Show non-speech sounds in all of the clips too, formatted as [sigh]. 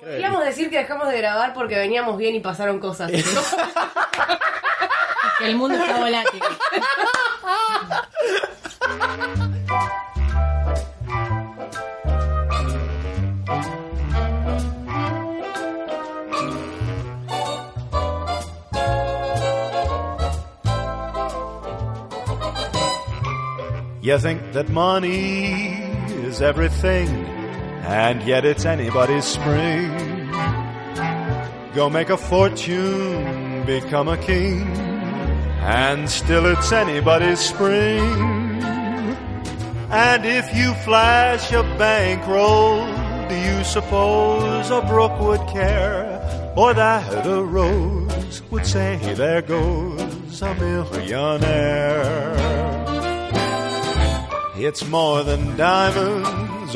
Queríamos decir que dejamos de grabar porque veníamos bien y pasaron cosas. Que el mundo está [laughs] volátil. You think that money is everything, and yet it's anybody's spring. Go make a fortune, become a king, and still it's anybody's spring. And if you flash a bankroll, do you suppose a brook would care, or that a rose would say, "There goes a millionaire"? It's more than diamonds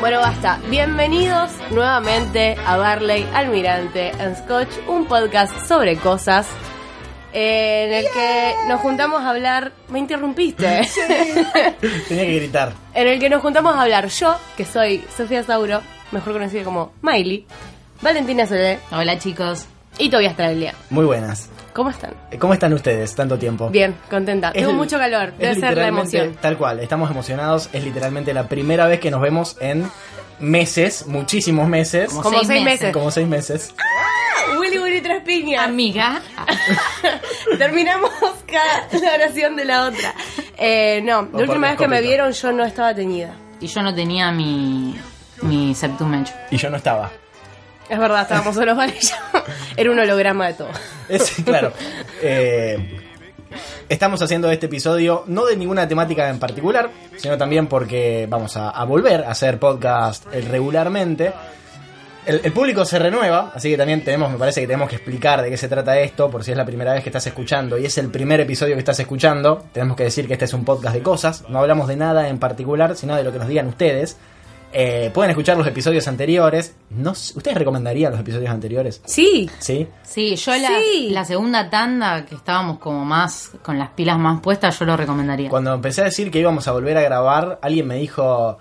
Bueno, basta. Bienvenidos nuevamente a Barley, Almirante and Scotch, un podcast sobre cosas eh, en el que nos juntamos a hablar. Me [laughs] interrumpiste. Tenía que gritar. en el que nos juntamos a hablar yo, que soy Sofía Sauro, mejor conocida como Miley, Valentina Solé Hola chicos. y Tobias Traglia. Muy buenas. ¿Cómo están? Eh, ¿Cómo están ustedes? Tanto tiempo. Bien, contenta. Es Tengo el- mucho calor, es debe ser la literalmente- emoción. Tal cual, estamos emocionados. Es literalmente la primera vez que nos vemos en meses, muchísimos meses. Como Como seis seis meses. meses. Como seis meses. Willy Willy Tres Piñas. Amiga. Terminamos cada la oración de la otra. Eh, no, la por última vez que me escopeta. vieron yo no estaba teñida. Y yo no tenía mi, mi septum hecho. Y yo no estaba. Es verdad, estábamos solos, [laughs] ¿vale? Yo- Era un holograma de todo. [laughs] Es, claro. Eh, estamos haciendo este episodio no de ninguna temática en particular, sino también porque vamos a, a volver a hacer podcast eh, regularmente. El, el público se renueva, así que también tenemos, me parece que tenemos que explicar de qué se trata esto, por si es la primera vez que estás escuchando y es el primer episodio que estás escuchando. Tenemos que decir que este es un podcast de cosas, no hablamos de nada en particular, sino de lo que nos digan ustedes. Eh, pueden escuchar los episodios anteriores. No, sé- ¿Ustedes recomendarían los episodios anteriores? Sí. ¿Sí? Sí, yo la, Sí. la segunda tanda que estábamos como más con las pilas más puestas, yo lo recomendaría. Cuando empecé a decir que íbamos a volver a grabar, alguien me dijo.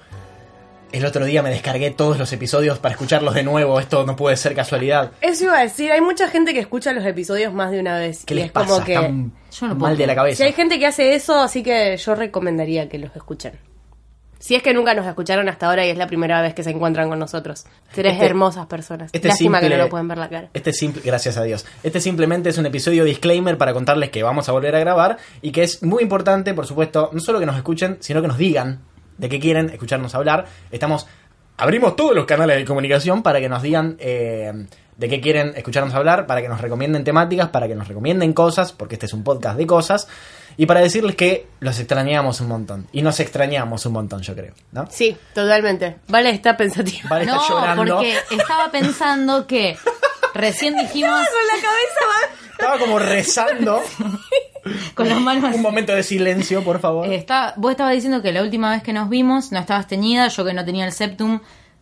El otro día me descargué todos los episodios para escucharlos de nuevo. Esto no puede ser casualidad. Eso iba a decir, hay mucha gente que escucha los episodios más de una vez. ¿Qué y les es pasa? como que. Están Yo no puedo mal de la creer. cabeza. Si hay gente que hace eso, así que yo recomendaría que los escuchen. Si es que nunca nos escucharon hasta ahora y es la primera vez que se encuentran con nosotros. Tres Este- hermosas personas. este Lástima que no simple- lo pueden ver la cara. Este simple, gracias a Dios. Este simplemente es un episodio disclaimer para contarles que vamos a volver a grabar y que es muy importante, por supuesto, no solo que nos escuchen, sino que nos digan de qué quieren escucharnos hablar. Estamos abrimos todos los canales de comunicación para que nos digan eh, de qué quieren escucharnos hablar, para que nos recomienden temáticas, para que nos recomienden cosas, porque este es un podcast de cosas y para decirles que los extrañamos un montón y nos extrañamos un montón, yo creo, ¿no? Sí, totalmente. Vale, está pensativa. Vale, no, está llorando. porque estaba pensando que recién dijimos la cabeza Estaba como rezando. [laughs] con las manos Un así. momento de silencio, por favor. Eh, está- vos estabas diciendo que la última vez que nos vimos no estabas teñida, yo que no tenía el septum,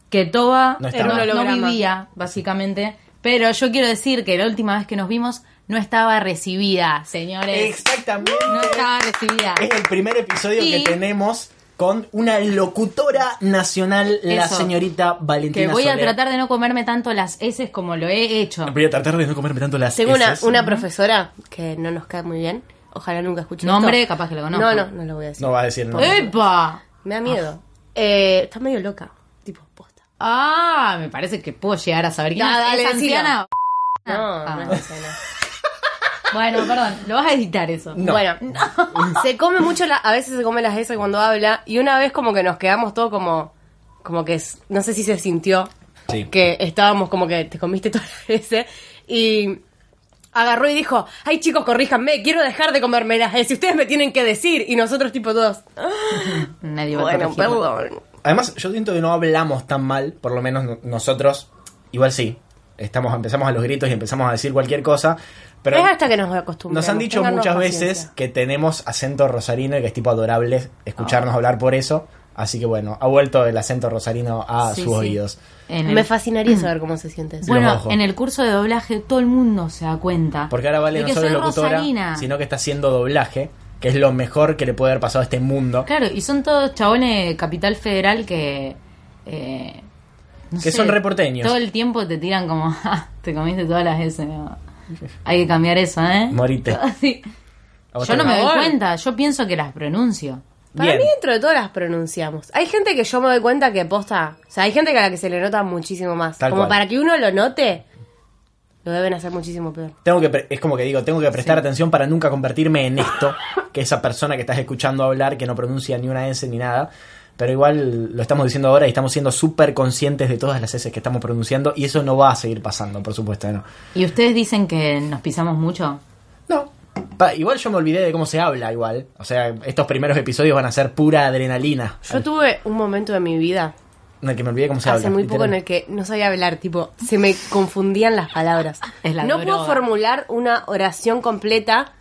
que Toba eh, No no, estaba. Era un no holograma. vivía, básicamente. Pero yo quiero decir que la última vez que nos vimos no estaba recibida, señores. Exactamente. No estaba recibida. Es el primer episodio Y- que tenemos con una locutora nacional, la Eso. señorita Valentina Que voy a Soler. tratar de no comerme tanto las heces como lo he hecho. Voy a tratar de no comerme tanto las Tengo una, heces. una profesora que no nos cae muy bien. Ojalá nunca escuche esto. Nombre, capaz que lo conozco. No, no, no lo voy a decir. No Ah. va a decir no. ¡Epa! Me da miedo. Eh, está medio loca. Tipo, posta. Ah, me parece que puedo llegar a saber quién Ah, es. dale, ¿Es decilo. anciana. No, Ah. no es anciana. Bueno, perdón, lo vas a editar eso. No. Bueno, se come mucho, la- a veces se come las S cuando habla. Y una vez como que nos quedamos todo como, como que, es- no sé si se sintió Sí. que estábamos como que te comiste [laughs] todas las S. Y agarró y dijo, ay chicos, corríjanme, quiero dejar de comerme las S. Ustedes me tienen que decir. Y nosotros tipo todos, "Ah, Nadie va a bueno, corregirlo. perdón. Además, yo siento que no hablamos tan mal, por lo menos no- nosotros. Igual sí. Estamos, empezamos a los gritos y empezamos a decir cualquier cosa. Pero es hasta que nos acostumbramos. nos han dicho muchas veces que tenemos acento rosarino y que es tipo adorable Ah. escucharnos hablar por eso. Así que bueno, ha vuelto el acento rosarino a Sí, sus sí. oídos. En el- Mm. Me fascinaría saber cómo se siente eso. Lo bueno, bajo. en el curso de doblaje todo el mundo se da cuenta. Porque ahora Vale de no que solo es soy locutora, rosarina. sino que está haciendo doblaje, que es lo mejor que le puede haber pasado a este mundo. Claro, y son todos chabones de Capital Federal que. eh, no Que son reporteños. Todo el tiempo te tiran como. [laughs] "Ja, te comiste todas las S. [laughs] ¿no? Hay que cambiar eso, ¿eh? Morite. [laughs] Sí. A vos Yo te no va. me doy favor. cuenta, yo pienso que las pronuncio. Para Bien. mí dentro de todas las pronunciamos. Hay gente que yo me doy cuenta que posta. O sea, hay gente que a la que se le nota muchísimo más. Tal Como cual. para que uno lo note, lo deben hacer muchísimo peor. Tengo que, pre- es como que digo, tengo que prestar atención para nunca convertirme en esto, que esa persona que estás escuchando hablar, que no pronuncia ni una S ni nada. Pero igual lo estamos diciendo ahora y estamos siendo súper conscientes de todas las S que estamos pronunciando y eso no va a seguir pasando, por supuesto, no. ¿Y ustedes dicen que nos pisamos mucho? No. Pa- igual yo me olvidé de cómo se habla igual. O sea, estos primeros episodios van a ser pura adrenalina. Yo tuve un momento de mi vida En el que me olvidé cómo se habla. hace muy poco en literal. el que no sabía hablar, tipo, se me confundían las palabras. Es la no droga. puedo formular una oración completa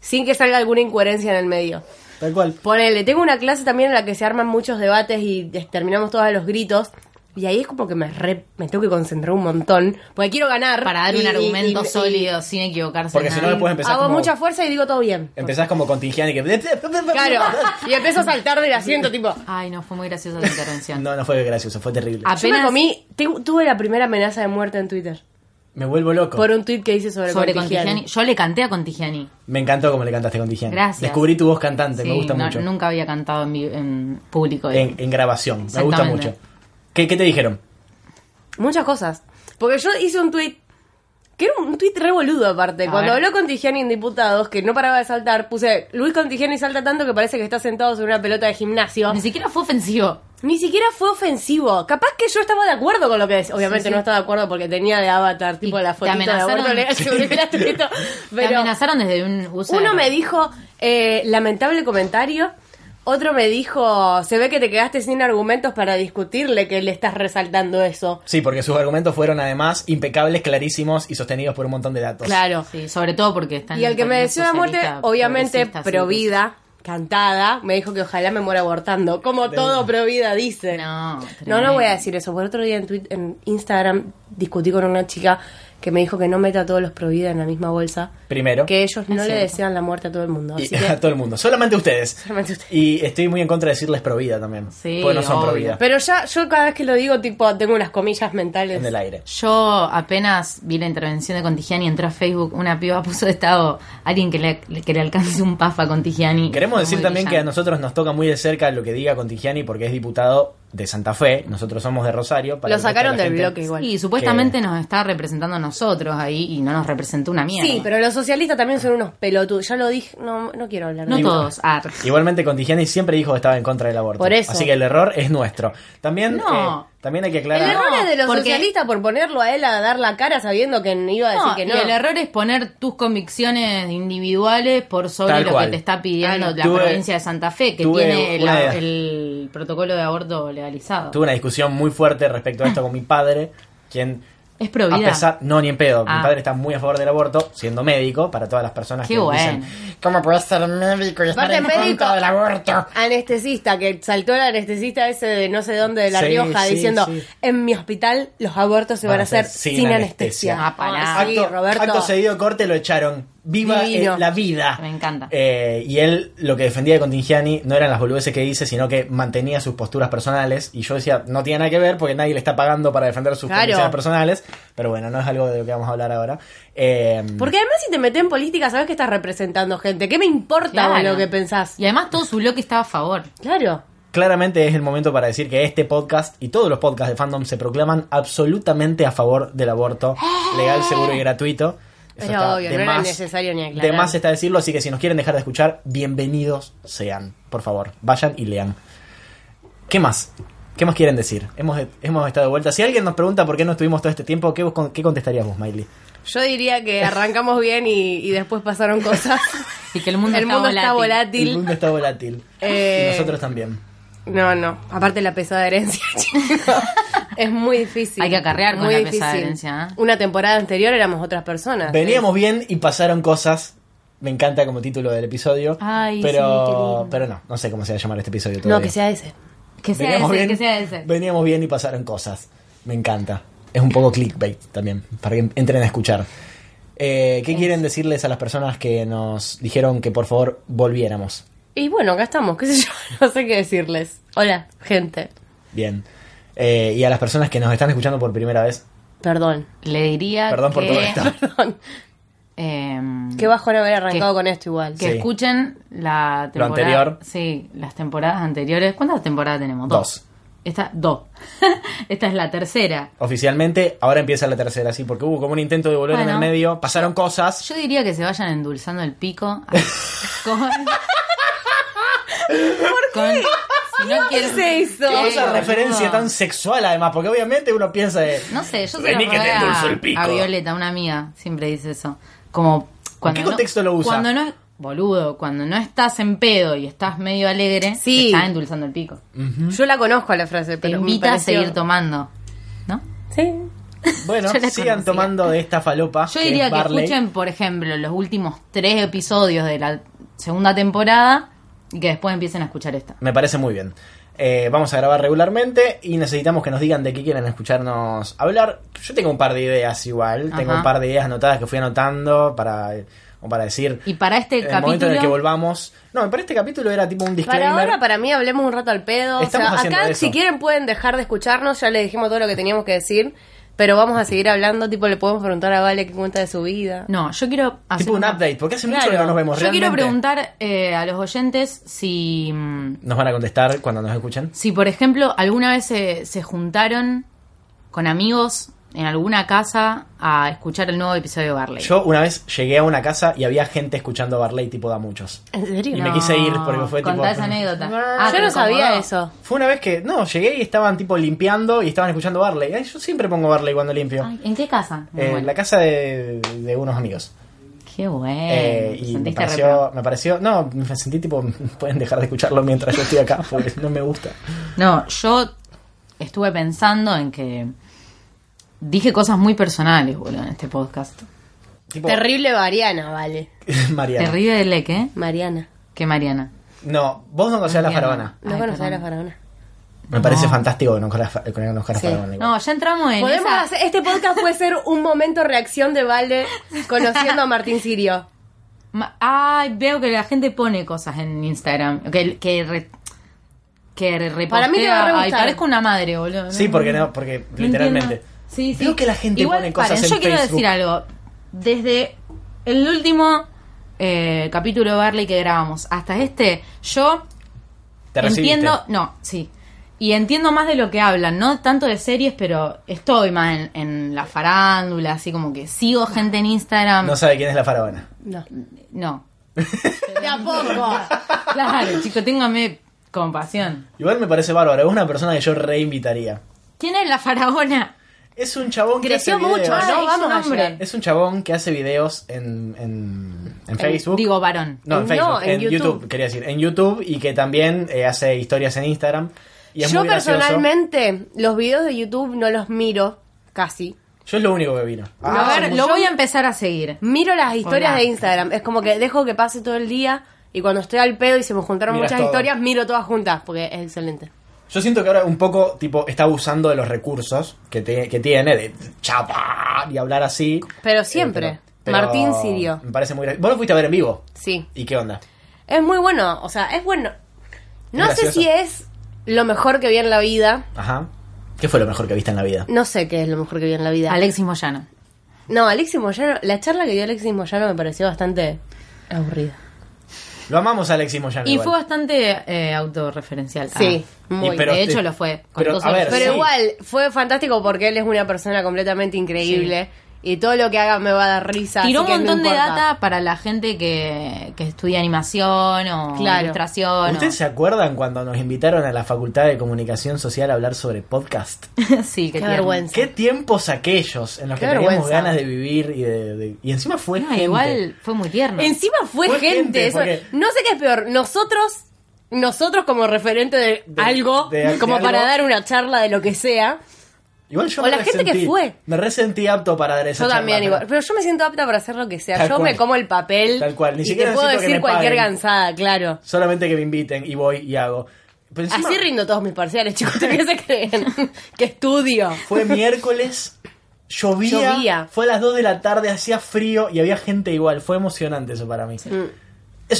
sin que salga alguna incoherencia en el medio. Tal cual. Ponele, tengo una clase también en la que se arman muchos debates y des- terminamos todos a los gritos. Y ahí es como que me, re- me tengo que concentrar un montón, porque quiero ganar. Para dar y- un y- argumento y- y- sólido, sin equivocarse. Porque en si no nada. después empezás Hago como- mucha fuerza y digo todo bien. Empezás como contingente que... Claro, y empiezo a saltar del asiento, tipo... Ay, no, fue muy graciosa la intervención. [laughs] No, no fue gracioso, fue terrible. Ah, Yo me Apenas- comí, te- tuve la primera amenaza de muerte en Twitter. Me vuelvo loco. Por un tweet que hice sobre, Sobre Contigiani. Contigiani. Yo le canté a Contigiani. Me encantó como le cantaste Contingente. Gracias. Descubrí tu voz cantante, me Sí, gusta no- mucho. Nunca había cantado en, vi- en público. En, en grabación, me gusta Exactamente. mucho. ¿Qué, qué te dijeron? Muchas cosas. Porque yo hice un tweet que era un tweet revoludo aparte. A Cuando ver. habló con Tigiani en Diputados, que no paraba de saltar, puse Luis con Tigiani salta tanto que parece que está sentado sobre una pelota de gimnasio. Ni siquiera fue ofensivo. Ni siquiera fue ofensivo. Capaz que yo estaba de acuerdo con lo que decía. Obviamente Sí, sí. no estaba de acuerdo porque tenía de avatar, tipo Y la te fotito de amenazaron. [laughs] aborto legal que hubiera escrito. Te Pero amenazaron desde un uso. uno me dijo eh, lamentable comentario. Otro me dijo, se ve que te quedaste sin argumentos para discutirle que le estás resaltando eso. Sí, porque sus argumentos fueron además impecables, clarísimos y sostenidos por un montón de datos. Claro. Sí, sobre todo porque están. Y el que me también deseó la muerte, socialista, obviamente progresista, sí, pro vida, cantada, me dijo que ojalá me muera abortando, como todo pro vida dice. No, no, tremendo. no voy a decir eso. Por otro día en, Twitter, en Instagram discutí con una chica que me dijo que no meta a todos los pro vida en la misma bolsa, Primero. que ellos no le cierto. desean la muerte a todo el mundo. Y- Así [laughs] a que, todo el mundo, solamente ustedes. Solamente ustedes. Y estoy muy en contra de decirles pro vida también. Sí, porque no son obvio. pro vida. pero ya, yo cada vez que lo digo, tipo, tengo unas comillas mentales. En el aire. Yo apenas vi la intervención de Contigiani, entró a Facebook, una piba puso de estado alguien que le, que le alcance un paf a Contigiani. Queremos Fue decir muy también que a brillante. nosotros nos toca muy de cerca lo que diga Contigiani porque es diputado de Santa Fe, nosotros somos de Rosario. para Lo el resto de sacaron la del gente- bloque igual. Y supuestamente nos está representando a nosotros ahí y no nos representó una mierda. Sí, pero los socialistas también son unos pelotudos. Ya lo dije, no, no quiero hablar de No eso. todos. Ah, Igualmente Contigiani siempre dijo que estaba en contra del aborto. Por eso. Así que el error es nuestro. También, No. eh, también hay que El aclarar... error No, es de los porque- socialistas por ponerlo a él a dar la cara sabiendo que iba a decir No, que y no. el error es poner tus convicciones individuales por sobre Tal lo cual. que te está Ah, pidiendo Claro. la Tuve- provincia de Santa Fe, que tuve tiene una la- idea. el protocolo de aborto legalizado. Tuve una discusión muy fuerte respecto a esto con mi padre, quien... Es pro A vida. pesar, no, ni en pedo. Ah. Mi padre está muy a favor del aborto, siendo médico, para todas las personas Qué que bueno. dicen, ¿cómo podés ser médico y estar Aparte, en médico- contra del aborto? Anestesista, que saltó el anestesista ese de no sé dónde de La Sí, Rioja sí, diciendo, sí. en mi hospital los abortos se van, a hacer sin, anestesia. Ah, pará. Ay, sí, acto, Roberto. acto seguido corte lo echaron. Viva Divino. eh, la vida. Me encanta. Eh, y él lo que defendía de Contingiani no eran las boludeces que dice, sino que mantenía sus posturas personales. Y yo decía, no tiene nada que ver porque nadie le está pagando para defender sus Claro. convicciones personales. Pero bueno, no es algo de lo que vamos a hablar ahora. Eh, Porque además si te metes en política sabes que estás representando gente. ¿Qué me importa Claro. lo que pensás? Y además todo su bloque estaba a favor. Claro. claramente es el momento para decir que este podcast y todos los podcasts de fandom se proclaman absolutamente a favor del aborto legal, seguro y gratuito. Eso ¡Eh! Pero está obvio, de no era más. necesario ni aclarar. De más está decirlo, así que si nos quieren dejar de escuchar, bienvenidos sean. Por favor, vayan y lean. ¿Qué más? ¿Qué más quieren decir? Hemos, e-, hemos estado de vuelta. Si alguien nos pregunta por qué no estuvimos todo este tiempo, ¿qué, vos con- qué contestarías vos, Miley? Yo diría que arrancamos bien y, y después pasaron cosas. Y que el mundo, el está, mundo está volátil. volátil. El mundo está volátil. Eh, Y nosotros también. [laughs] No, no. Aparte la pesada herencia. Es muy difícil. Hay que acarrear con Muy la difícil. pesadencia, ¿eh? Una temporada anterior éramos otras personas. Veníamos bien y pasaron cosas. Me encanta como título del episodio. Ay, sí, qué pero, lindo. pero no, no sé cómo se va a llamar este episodio No, todavía. que sea ese. Que sea Veníamos ese, bien- que sea ese. Veníamos bien y pasaron cosas. Me encanta. Es un poco clickbait también, para que entren a escuchar. Eh, ¿Qué quieren decirles a las personas que nos dijeron que por favor volviéramos? Y bueno, acá estamos, qué sé yo, [laughs] no sé qué decirles. Hola, gente. Bien. Eh, y a las personas que nos están escuchando por primera vez, Perdón. Le diría perdón que, por [laughs] todo esto. Perdón. em, Qué bajón haber arrancado ¿Qué? con esto igual. que Sí. escuchen la Lo temporada. anterior. Sí, las temporadas anteriores. ¿Cuántas temporadas tenemos? Dos. Esta, dos. [laughs] Esta es la tercera. Oficialmente, ahora empieza la tercera, sí, porque hubo como un intento de volver en el Bueno. medio, pasaron cosas. Yo diría que se vayan endulzando el pico [laughs] a- con. con- si no quieren- se hizo? ¿Qué, Ey, Esa boludo? referencia tan sexual además, porque obviamente uno [laughs] piensa de... No sé, yo se lo Vení que te robé a, endulzo el pico. a Violeta, una amiga, siempre dice eso. Como cuando qué no- contexto lo usa? Cuando no, boludo, cuando no estás en pedo y estás medio alegre, Sí. te estás endulzando el pico. Yo la conozco la frase, Te pero me invita a pareció- seguir tomando, ¿no? Sí. Bueno, Yo la sigan conocía. tomando de esta falopa. Yo diría es que Barley. escuchen, por ejemplo, los últimos tres episodios de la segunda temporada y que después empiecen a escuchar esta. Me parece muy bien. Eh, vamos a grabar regularmente y necesitamos que nos digan de qué quieren escucharnos hablar. Yo tengo un par de ideas igual, Ajá. tengo un par de ideas anotadas que fui anotando para, como para decir Y para este en el momento capítulo, en el que volvamos. No, para este capítulo era tipo un disclaimer. Para ahora, para mí, hablemos un rato al pedo. O Estamos sea, haciendo acá, eso. si quieren, pueden dejar de escucharnos. Ya les dijimos todo lo que teníamos que decir. Pero vamos a seguir hablando. Tipo, le podemos preguntar a Vale qué cuenta de su vida. no, yo quiero hacer tipo un una- update, porque hace mucho Claro. que no nos vemos. Yo quiero realmente. preguntar eh, a los oyentes si mm, Nos van a contestar cuando nos escuchen. Si, por ejemplo, alguna vez se, se juntaron con amigos en alguna casa a escuchar el nuevo episodio de Barley. Yo una vez llegué a una casa y había gente escuchando Barley tipo da muchos. ¿En serio? Y me quise ir porque fue Contá tipo- esa anécdota. Ah, Yo te no sabía incomodó. eso. Fue una vez que, no, llegué y estaban tipo limpiando y estaban escuchando Barley. Ay, yo siempre pongo Barley cuando limpio. Ay, ¿En qué casa? Muy Eh, bueno. La casa de, de unos amigos. Qué bueno. Eh, te y me sentiste pareció, repro. me pareció. No, me sentí tipo. [laughs] Pueden dejar de escucharlo mientras yo estoy acá [laughs] porque no me gusta. No, yo estuve pensando en que dije cosas muy personales, boludo, en este podcast. Tipo, Terrible Mariana, Vale. [laughs] Mariana. Te ríes de Leque, ¿eh? Mariana. Que Mariana. No, vos no conocés a la Mariana. faraona. No Ay, conoces a la perdón. faraona. Me parece fantástico que no conozcas que no conozcas a la Sí. faraona. igual. No, ya entramos en Podemos esa- hacer, este podcast puede ser un momento reacción de Valde conociendo a Martín Sirio. Ma- Ay, veo que la gente pone cosas en Instagram. Que, que, re- que re- repostea. Para mí te va a re Ay, gustar. parezco una madre, boludo. Sí, porque no, porque literalmente. entiendo. Sí, sí. Veo que la gente Igual, pone cosas paren, en yo quiero Facebook. decir algo. Desde el último eh, capítulo de Barley que grabamos hasta este, yo Te recibiste. entiendo... No, sí. Y entiendo más de lo que hablan, no tanto de series, pero estoy más en, en la farándula, así como que sigo gente en Instagram. No sabe quién es la faraona. No. no. De a poco. Claro, chico, téngame compasión. Igual me parece bárbaro. Es una persona que yo reinvitaría. ¿Quién es la faraona? Es un chabón Creció que hace mucho, videos. Ay, no es vamos un a hombre. llegar. Es un chabón que hace videos en, en, en Facebook. Digo, varón. No, en No, Facebook, en en, YouTube. YouTube, quería decir, en YouTube y que también eh, hace historias en Instagram. Y es Yo muy gracioso. personalmente los videos de YouTube no los miro casi. Yo es lo único que vino. a Ah, ver, lo voy a empezar a seguir. Miro las historias Hola. de Instagram. Es como que dejo que pase todo el día y cuando estoy al pedo y se me juntaron Miras muchas todo. historias, miro todas juntas porque es excelente. Yo siento que ahora un poco, tipo, está abusando de los recursos que, te- que tiene, de chapar y hablar así. Pero Eh, siempre. pero Mm. Martín Sirio. Me parece muy gracioso. Vos lo fuiste a ver en vivo. Sí. ¿Y qué onda? Es muy bueno. O sea, es bueno. No Es sé gracioso. si es lo mejor que vi en la vida. Ajá. ¿Qué fue lo mejor que viste en la vida? No sé qué es lo mejor que vi en la vida. Alexis Moyano. No, Alexis Moyano, la charla que dio Alexis Moyano me pareció bastante aburrida. Lo amamos a Alexis Moyano. Y igual. fue bastante eh, autorreferencial. Ah. Sí, muy. Y pero- de hecho te- lo fue. Con pero, dos a ver, ojos. Pero sí. igual, fue fantástico porque él es una persona completamente increíble y todo lo que haga me va a dar risa. Tiró un así que no montón de importa. data para la gente que, que estudia animación o Claro. ilustración. o- [laughs] ¿Ustedes se acuerdan cuando nos invitaron a la Facultad de Comunicación Social a hablar sobre podcast? sí, Qué qué tierno. vergüenza. ¿Qué tiempos aquellos en los Qué que teníamos vergüenza. ganas de vivir y de, de- y encima fue No, gente. igual fue muy tierno. Encima fue, Mm. Fue gente. gente, eso- porque- No sé qué es peor. Nosotros, nosotros como referente de, De- algo, de- [laughs] de como para algo. dar una charla de lo que sea. Igual yo O me la gente que resentí- fue. Me resentí apto para dar esa Yo también charla, igual. Pero yo me siento apta para hacer lo que sea. Tal yo cual. me como el papel. Tal cual. Ni y siquiera te puedo necesito que decir me cualquier paguen. gansada, claro. Solamente que me inviten y voy y hago. Pero encima- Así rindo todos mis parciales, [laughs] chicos. ¿Ustedes qué se creen? [laughs] que estudio. [laughs] Fue miércoles, llovía, Llovía. fue a las 2 de la tarde, hacía frío y había gente igual. Fue emocionante eso para mí. Eso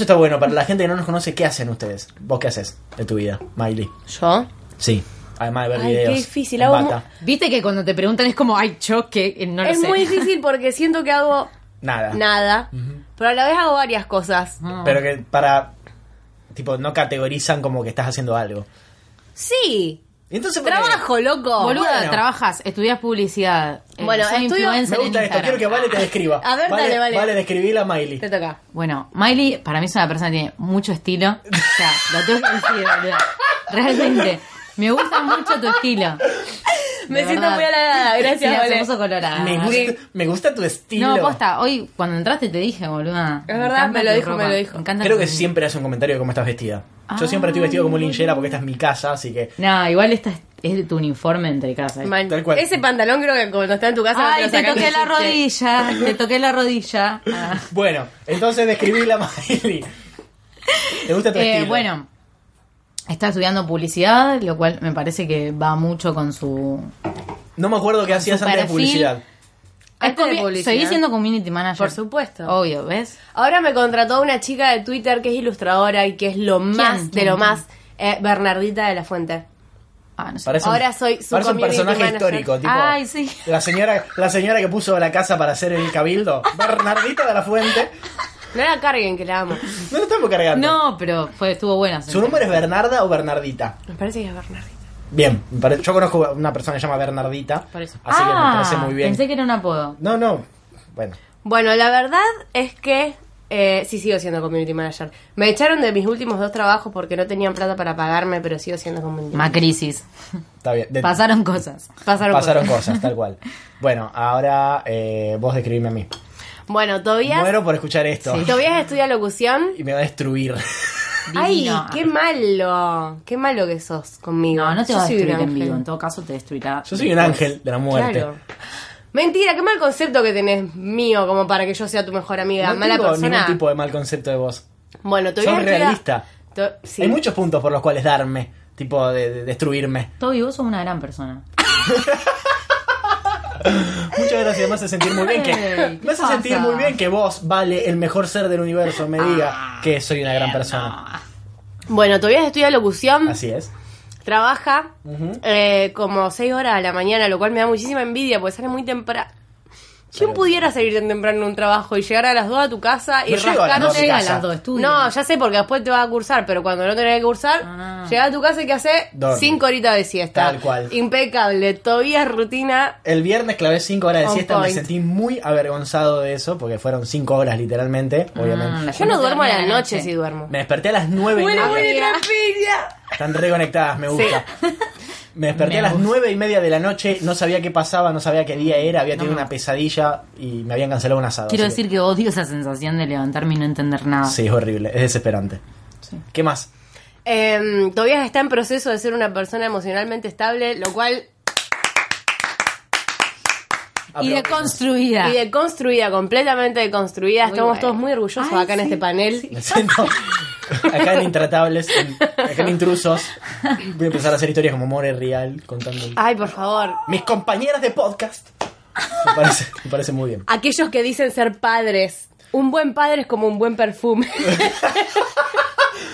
está bueno, para la gente que no nos conoce, ¿qué hacen ustedes? ¿Vos qué haces de tu vida, Miley? ¿Yo? Sí, además de ver Ay, videos. qué difícil, en hago mu- bata. Viste que cuando te preguntan es como, ay, yo que eh, no lo es sé. muy difícil porque siento que hago Nada. nada. Pero a la vez hago varias cosas. Pero que para. Tipo, no categorizan como que estás haciendo algo. Sí. Y Entonces, ¿por qué? Trabajo, loco. Boluda, Bueno. trabajas, estudias publicidad. Oh, Bueno, soy estudio- Me influencer en gusta esto, Instagram. quiero que Vale te describa. A ver, dale, Vale. Vale, describíla a Miley. Te toca. Bueno, Miley para mí es una persona que tiene mucho estilo. O sea, lo tengo que decir, boluda. Realmente, me gusta mucho tu estilo. [laughs] Me De siento verdad. muy halagada. [laughs] Sí, Gracias, la Vale. puso colorada. Me gusta, me gusta tu estilo. Ah. No, posta, hoy cuando entraste te dije, boluda. Es verdad, encanta me lo tu dijo, ropa, me lo dijo. encanta Creo tu- que siempre hace un comentario de cómo estás vestida. Yo siempre estoy vestido como un linchera porque esta es mi casa, así que. No, igual esta es, es de tu uniforme entre casa. ¿eh? Mal. Tal cual. Ese pantalón creo que cuando está en tu casa... no Ay, lo te sacas toqué ni la chiste. rodilla, te toqué la rodilla. Ah. Bueno, entonces describíla a [laughs] Miley. ¿Te [laughs] gusta tu Eh, estilo? bueno, está estudiando publicidad, lo cual me parece que va mucho con su... No me acuerdo qué hacías su antes de perfil. publicidad. Antes de Comi- publicidad. Seguí siendo community manager. Por supuesto. Obvio, ¿ves? Ahora me contrató una chica de Twitter que es ilustradora y que es lo más ¿Quién? de ¿Quién? lo más. Eh, Bernardita de la Fuente. Ah, no sé. Parece un- Ahora soy su parece un community personaje manager. histórico, tipo. Ay, sí. La señora, la señora que puso la casa para hacer el [laughs] cabildo, Bernardita de la Fuente. No la carguen, que la amo. No lo estamos cargando. No, pero fue, estuvo buena. ¿Su nombre es Bernarda o Bernardita? Me parece que es Bernardita. Bien, me pare- yo conozco a una persona que se llama Bernardita. Por eso. Así que me Ah, parece muy bien. Pensé que era un apodo. No, no. Bueno. Bueno, la verdad es que eh, sí sigo siendo community manager. Me echaron de mis últimos dos trabajos porque no tenían plata para pagarme, pero sigo siendo community manager. Macrisis. Está bien. De- Pasaron cosas. Pasaron, pasaron cosas. cosas, tal cual. Bueno, ahora eh, vos describime a mí. Bueno, Tobias, Muero por escuchar esto. Tobias estudia locución. Y me va a destruir. Ay, Divino. Ah, qué malo. Qué malo que sos conmigo. No, no te Yo va a soy un destruir en ángel. vivo. En todo caso, te destruirá. Yo soy un ángel de la muerte. Claro. Mentira, qué mal concepto que tenés mío como para que yo sea tu mejor amiga. No Mala tengo persona. ningún tipo de mal concepto de vos. Bueno, te voy Sos a entregar- realista. To- sí. Hay muchos puntos por los cuales darme, tipo de, de destruirme. Toby, vos sos una gran persona. Ah, Muchas gracias, me hace sentir muy bien que Ey, me hace ¿qué sentir pasa? muy bien que vos, vale, el mejor ser del universo, me Ah, diga que soy una gran persona. Bueno, todavía estudia locución, Así es. trabaja eh, como 6 horas a la mañana, lo cual me da muchísima envidia porque sale muy temprano. ¿Quién pudiera salir tan temprano de un trabajo y llegar a las 2 a tu casa y No llego a rascarte? las No dos a mi llega a casa. las dos, estudia. No, ya sé, porque después te vas a cursar, pero cuando no tenés que cursar, Ah. llegás a tu casa y que hace Dormir. 5 horitas de siesta. Tal cual. Impecable, todavía rutina. El viernes clavé 5 horas de On siesta, me point. sentí muy avergonzado de eso, porque fueron 5 horas literalmente, Ah, obviamente. la Yo no gente duermo a duerme la noche si duermo. Me desperté a las 9 y media. Están reconectadas, me [laughs] gusta. Me desperté Me a las gusta. nueve y media de la noche, no sabía qué pasaba, no sabía qué día era, había tenido me una pesadilla y me habían cancelado un asado. Quiero así decir que odio esa sensación de levantarme y no entender nada. Ah. que- Sí, es horrible, es desesperante. Sí. ¿Qué más? Eh, Tobias está en proceso de ser una persona emocionalmente estable, lo cual Ah, Y de [laughs] Aplausos. construida. y deconstruida, completamente deconstruida. Estamos bueno. todos muy orgullosos Ay, acá en sí, este panel. Me siento- Acá en Intratables, en- acá en Intrusos, voy a empezar a hacer historias como More Real, contando. Ay, por favor. Mis compañeras de podcast. Me parece, me parece muy bien. Aquellos que dicen ser padres. Un buen padre es como un buen perfume.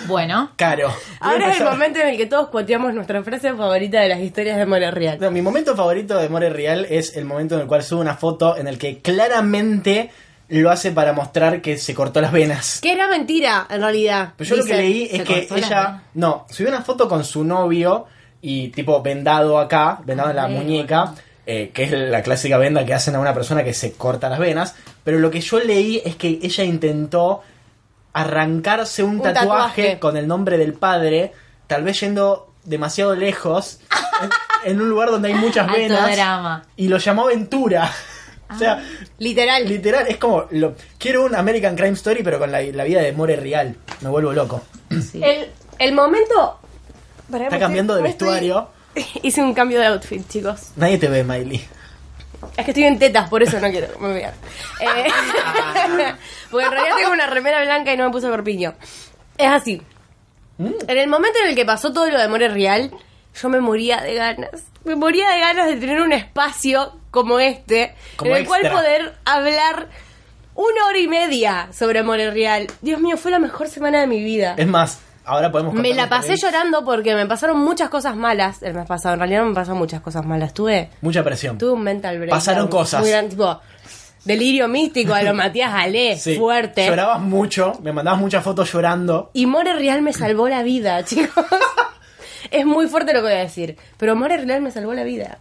Bueno, Caro. voy a Ahora es el empezar- momento en el que todos cuateamos nuestra frase favorita de las historias de More Real. No, mi momento favorito de More Real es el momento en el cual subo una foto en el que claramente lo hace para mostrar que se cortó las venas. Que era mentira, en realidad. Pero yo lo dice. que leí es se que cortó las ella. venas. No, subió una foto con su novio y tipo vendado acá, vendado en la Ay, muñeca, eh, que es la clásica venda que hacen a una persona que se corta las venas. Pero lo que yo leí es que ella intentó arrancarse un, Un tatuaje, tatuaje. con el nombre del padre, tal vez yendo demasiado lejos, en, en un lugar donde hay muchas Alto venas. drama. Y lo llamó Ventura. [laughs] Ah, O sea, Literal. literal, es como. Lo, quiero un American Crime Story, pero con la, la vida de More Real. Me vuelvo loco. sí. El, el momento. Pará, me Está estoy- cambiando de me estoy- vestuario. [laughs] Hice un cambio de outfit, chicos. Nadie te ve, Miley. Es que estoy en tetas, por eso no quiero. Me voy a... [laughs] Eh, [laughs] porque en realidad tengo una remera blanca y no me puse corpiño. Es así. Mm. En el momento en el que pasó todo lo de More Real, yo me moría de ganas. Me moría de ganas de tener un espacio como este, Como en el cual extra. poder hablar una hora y media sobre More Real. Dios mío, fue la mejor semana de mi vida. Es más, ahora podemos Me contarle la pasé también llorando porque me pasaron muchas cosas malas el mes pasado. En realidad no me pasaron muchas cosas malas. Tuve, Mucha presión. tuve un mental break. Pasaron cosas. Muy gran- tipo, delirio místico [laughs] de lo Matías Ale, Sí. fuerte. Llorabas mucho, me mandabas muchas fotos llorando. Y More Real me salvó la vida, [laughs] chicos. es muy fuerte lo que voy a decir. Pero More Real me salvó la vida.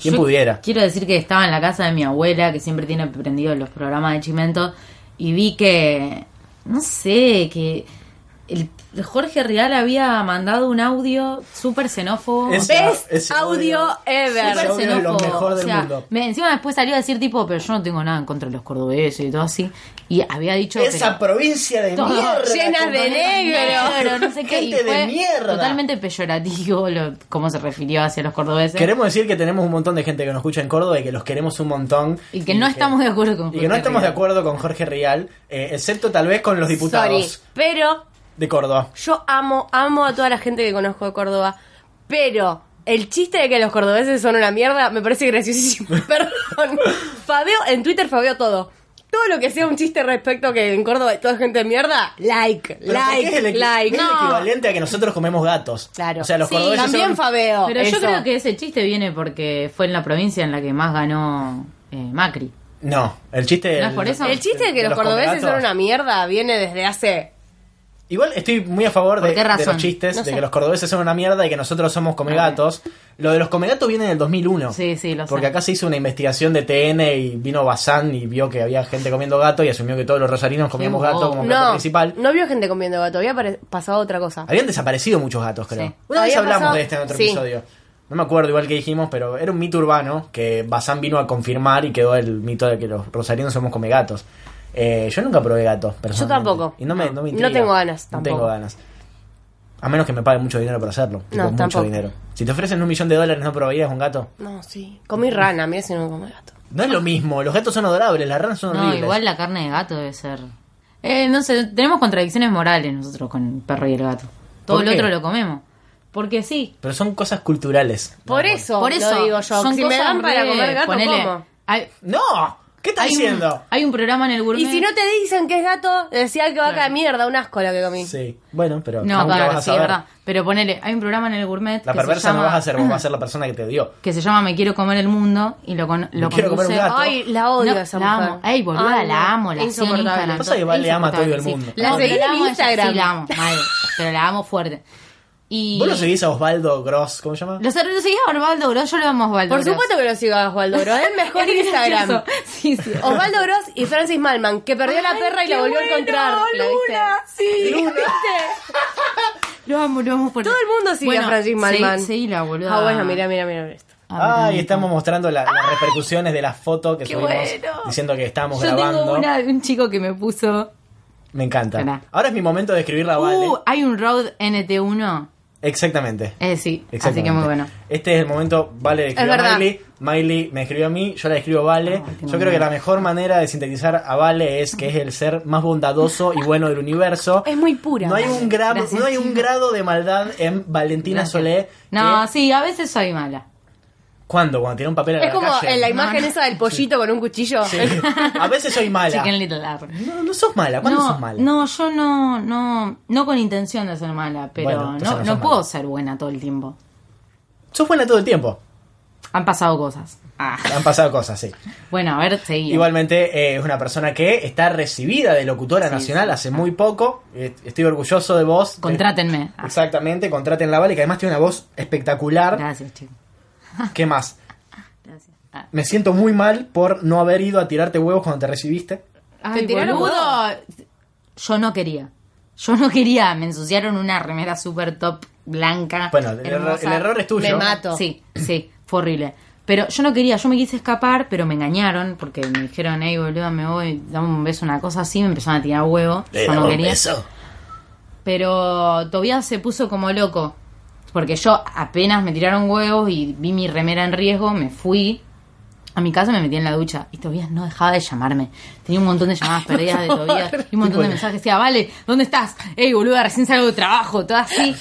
¿Quién Yo pudiera? Quiero decir que estaba en la casa de mi abuela, que siempre tiene prendidos los programas de Chimento, y vi que, no sé, que el Jorge Real había mandado un audio súper xenófobo. Es- Esa- Best ese audio audio- ever. ese Súper audio es lo xenófobo. mejor del O sea, mundo. me- encima después salió a decir tipo, pero yo no tengo nada en contra de los cordobeses y todo así. Y había dicho... Esa pero- provincia de todo, mierda. llena con- de negro. no sé qué. y Gente de fue mierda. Totalmente peyorativo lo- cómo se refirió hacia los cordobeses. Queremos decir que tenemos un montón de gente que nos escucha en Córdoba y que los queremos un montón. Y que no estamos de acuerdo con Y que no Jorge estamos de Rial. acuerdo con Jorge Rial, eh, excepto tal vez con los diputados Sorry. Pero de Córdoba. Yo amo, amo a toda la gente que conozco de Córdoba, pero el chiste de que los cordobeses son una mierda me parece [laughs] graciosísimo. Perdón. Fabio, en Twitter Fabio todo. Todo lo que sea un chiste respecto a que en Córdoba hay toda gente de mierda, like, Pero porque es like, el, equi- like. es el No. equivalente a que nosotros comemos gatos. Claro. O sea, los Sí, cordobeses también son- Fabeo. Pero eso. yo creo que ese chiste viene porque fue en la provincia en la que más ganó eh, Macri. No, el chiste... ¿No es por eso? El chiste de que de los los cordobeses comegatos. son una mierda viene desde hace... Igual estoy muy a favor ¿Por de, qué de razón? los chistes, No de sé. que los cordobeses son una mierda y que nosotros somos comegatos. Lo de los comegatos viene en el 2001. Sí, sí, lo sé. Porque acá se hizo una investigación de TN y vino Bazán y vio que había gente comiendo gato y asumió que todos los rosarinos comíamos gato como plato No, principal. no vio gente comiendo gato, había pare- pasado otra cosa. Habían desaparecido muchos gatos, creo. Sí. Una vez Había hablamos pasado- de este en otro sí. episodio. No me acuerdo igual que dijimos, pero era un mito urbano que Bazán vino a confirmar y quedó el mito de que los rosarinos somos come gatos. Eh, yo nunca probé gato, personalmente. tampoco. Y no me, no me No intriga. tengo ganas, No tampoco. tengo ganas. A menos que me paguen mucho dinero por hacerlo. Tipo, mucho tampoco. dinero. Si te ofrecen un millón de dólares, ¿no probarías un gato? No, sí. Comí rana, mira si no como gato. No es lo mismo. Los gatos son adorables, las ranas son No, horribles. igual la carne de gato debe ser. Eh, no sé, tenemos contradicciones morales nosotros con el perro y el gato. Todo ¿Por lo qué? otro lo comemos. Porque sí. Pero son cosas culturales. Por eso, Por eso lo digo yo. son si me cosas dan para re- comer gato, ponele, como. Hay, ¡No! ¿Qué estás hay un, diciendo? hay un programa en el gourmet. Y si no te dicen que es gato, decía que vaca de mierda, un asco lo que comí. Sí. Bueno, pero. No, nunca claro, vas a sí, es saber. verdad. Pero ponele, hay un programa en el gourmet. La que se perversa no llama- vas a ser vos, vas a ser la persona que te dio. que se llama Me quiero comer el mundo y lo, con, lo Me quiero comer un conduce- gato. Ay, la odio No, a esa la mujer. amo. Ey, boluda, Ay, la no. amo, la sigo en Insoportable. Instagram. Pasa que Val le ama a todo el Insoportable, mundo. sí. La No, pero seguí en amo a ella, Instagram. Sí, la amo, madre. Pero la amo fuerte. [laughs] Y Vos lo seguís a Osvaldo Gross, ¿cómo se llama? Lo, ser- lo seguís a Osvaldo Gross, yo lo amo a Osvaldo Por Gross. supuesto que lo sigo a Osvaldo Gross, es mejor [laughs] Es Instagram. Oh, gracioso. [laughs] Sí, sí. Osvaldo Gross y Francis Malman, que perdió la Ay, perra y qué la volvió bueno, a encontrar. ¿La viste? Luna, [laughs] sí. ¿Viste? Lo amo, lo amo fuerte. Todo el mundo sigue Bueno, a Francis Malman. Sí, la boluda. Ah, bueno, mira, mira, mira esto. Ah, Ay, estamos mostrando la- las repercusiones de la foto que qué subimos bueno. diciendo que estábamos Yo grabando. tengo una, un chico que me puso. Me encanta. Pará. Ahora es mi momento de escribirla, Ah, Vale. Uh, hay un Road NT1. Exactamente. Eh, sí, así Exactamente. que muy bueno. Este es el momento, Vale le escribió verdad. a Miley, Miley me escribió a mí, yo la escribo a Vale. Ay, qué yo creo que mamá. la mejor manera de sintetizar a Vale es que es el ser más bondadoso y bueno [laughs] del universo. Es muy pura. No hay un, gra- Gracias, no hay un Gino. grado de maldad en Valentina Gracias. Solé. No, que- sí, a veces soy mala. ¿Cuándo? Cuando tiene un papel a Es la como calle. en la imagen no. esa del pollito con un cuchillo. [laughs] Sí. A veces soy mala. Chicken Little Lab. No, no sos mala. ¿Cuándo No, sos mala? no, yo no, no, no con intención de ser mala, pero Bueno, entonces no, no no sos puedo mala. ser buena todo el tiempo. Sos buena todo el tiempo. Han pasado cosas. Ah. Han pasado cosas, sí. Bueno, a ver, seguí. Igualmente eh, es una persona que está recibida de locutora nacional hace muy poco. Eh, Estoy orgulloso de vos. Contrátenme. Eh, Exactamente, contraten la Vale, que además tiene una voz espectacular. Gracias, chicos. ¿Qué más? Gracias. Ah. Me siento muy mal por no haber ido a tirarte huevos cuando te recibiste. Ay, tiraron boludo. huevo? Yo no quería. Yo no quería. Me ensuciaron una remera super top blanca. Bueno, el Ah, error- hermosa. el error es tuyo. Me mato. Sí, sí, fue horrible. Pero yo no quería, yo me quise escapar, pero me engañaron porque me dijeron, hey, boludo, me voy, dame un beso, una cosa así, me empezaron a tirar huevo. yo no quería. Pero Tobias se puso como loco. Porque yo apenas me tiraron huevos y vi mi remera en riesgo, me fui a mi casa, me metí en la ducha y Tobías no dejaba de llamarme. Tenía un montón de [laughs] llamadas perdidas de Tobías y un montón de mensajes. Decía, vale, ¿dónde estás? Ey, boluda, recién salgo de trabajo, todo [laughs] así.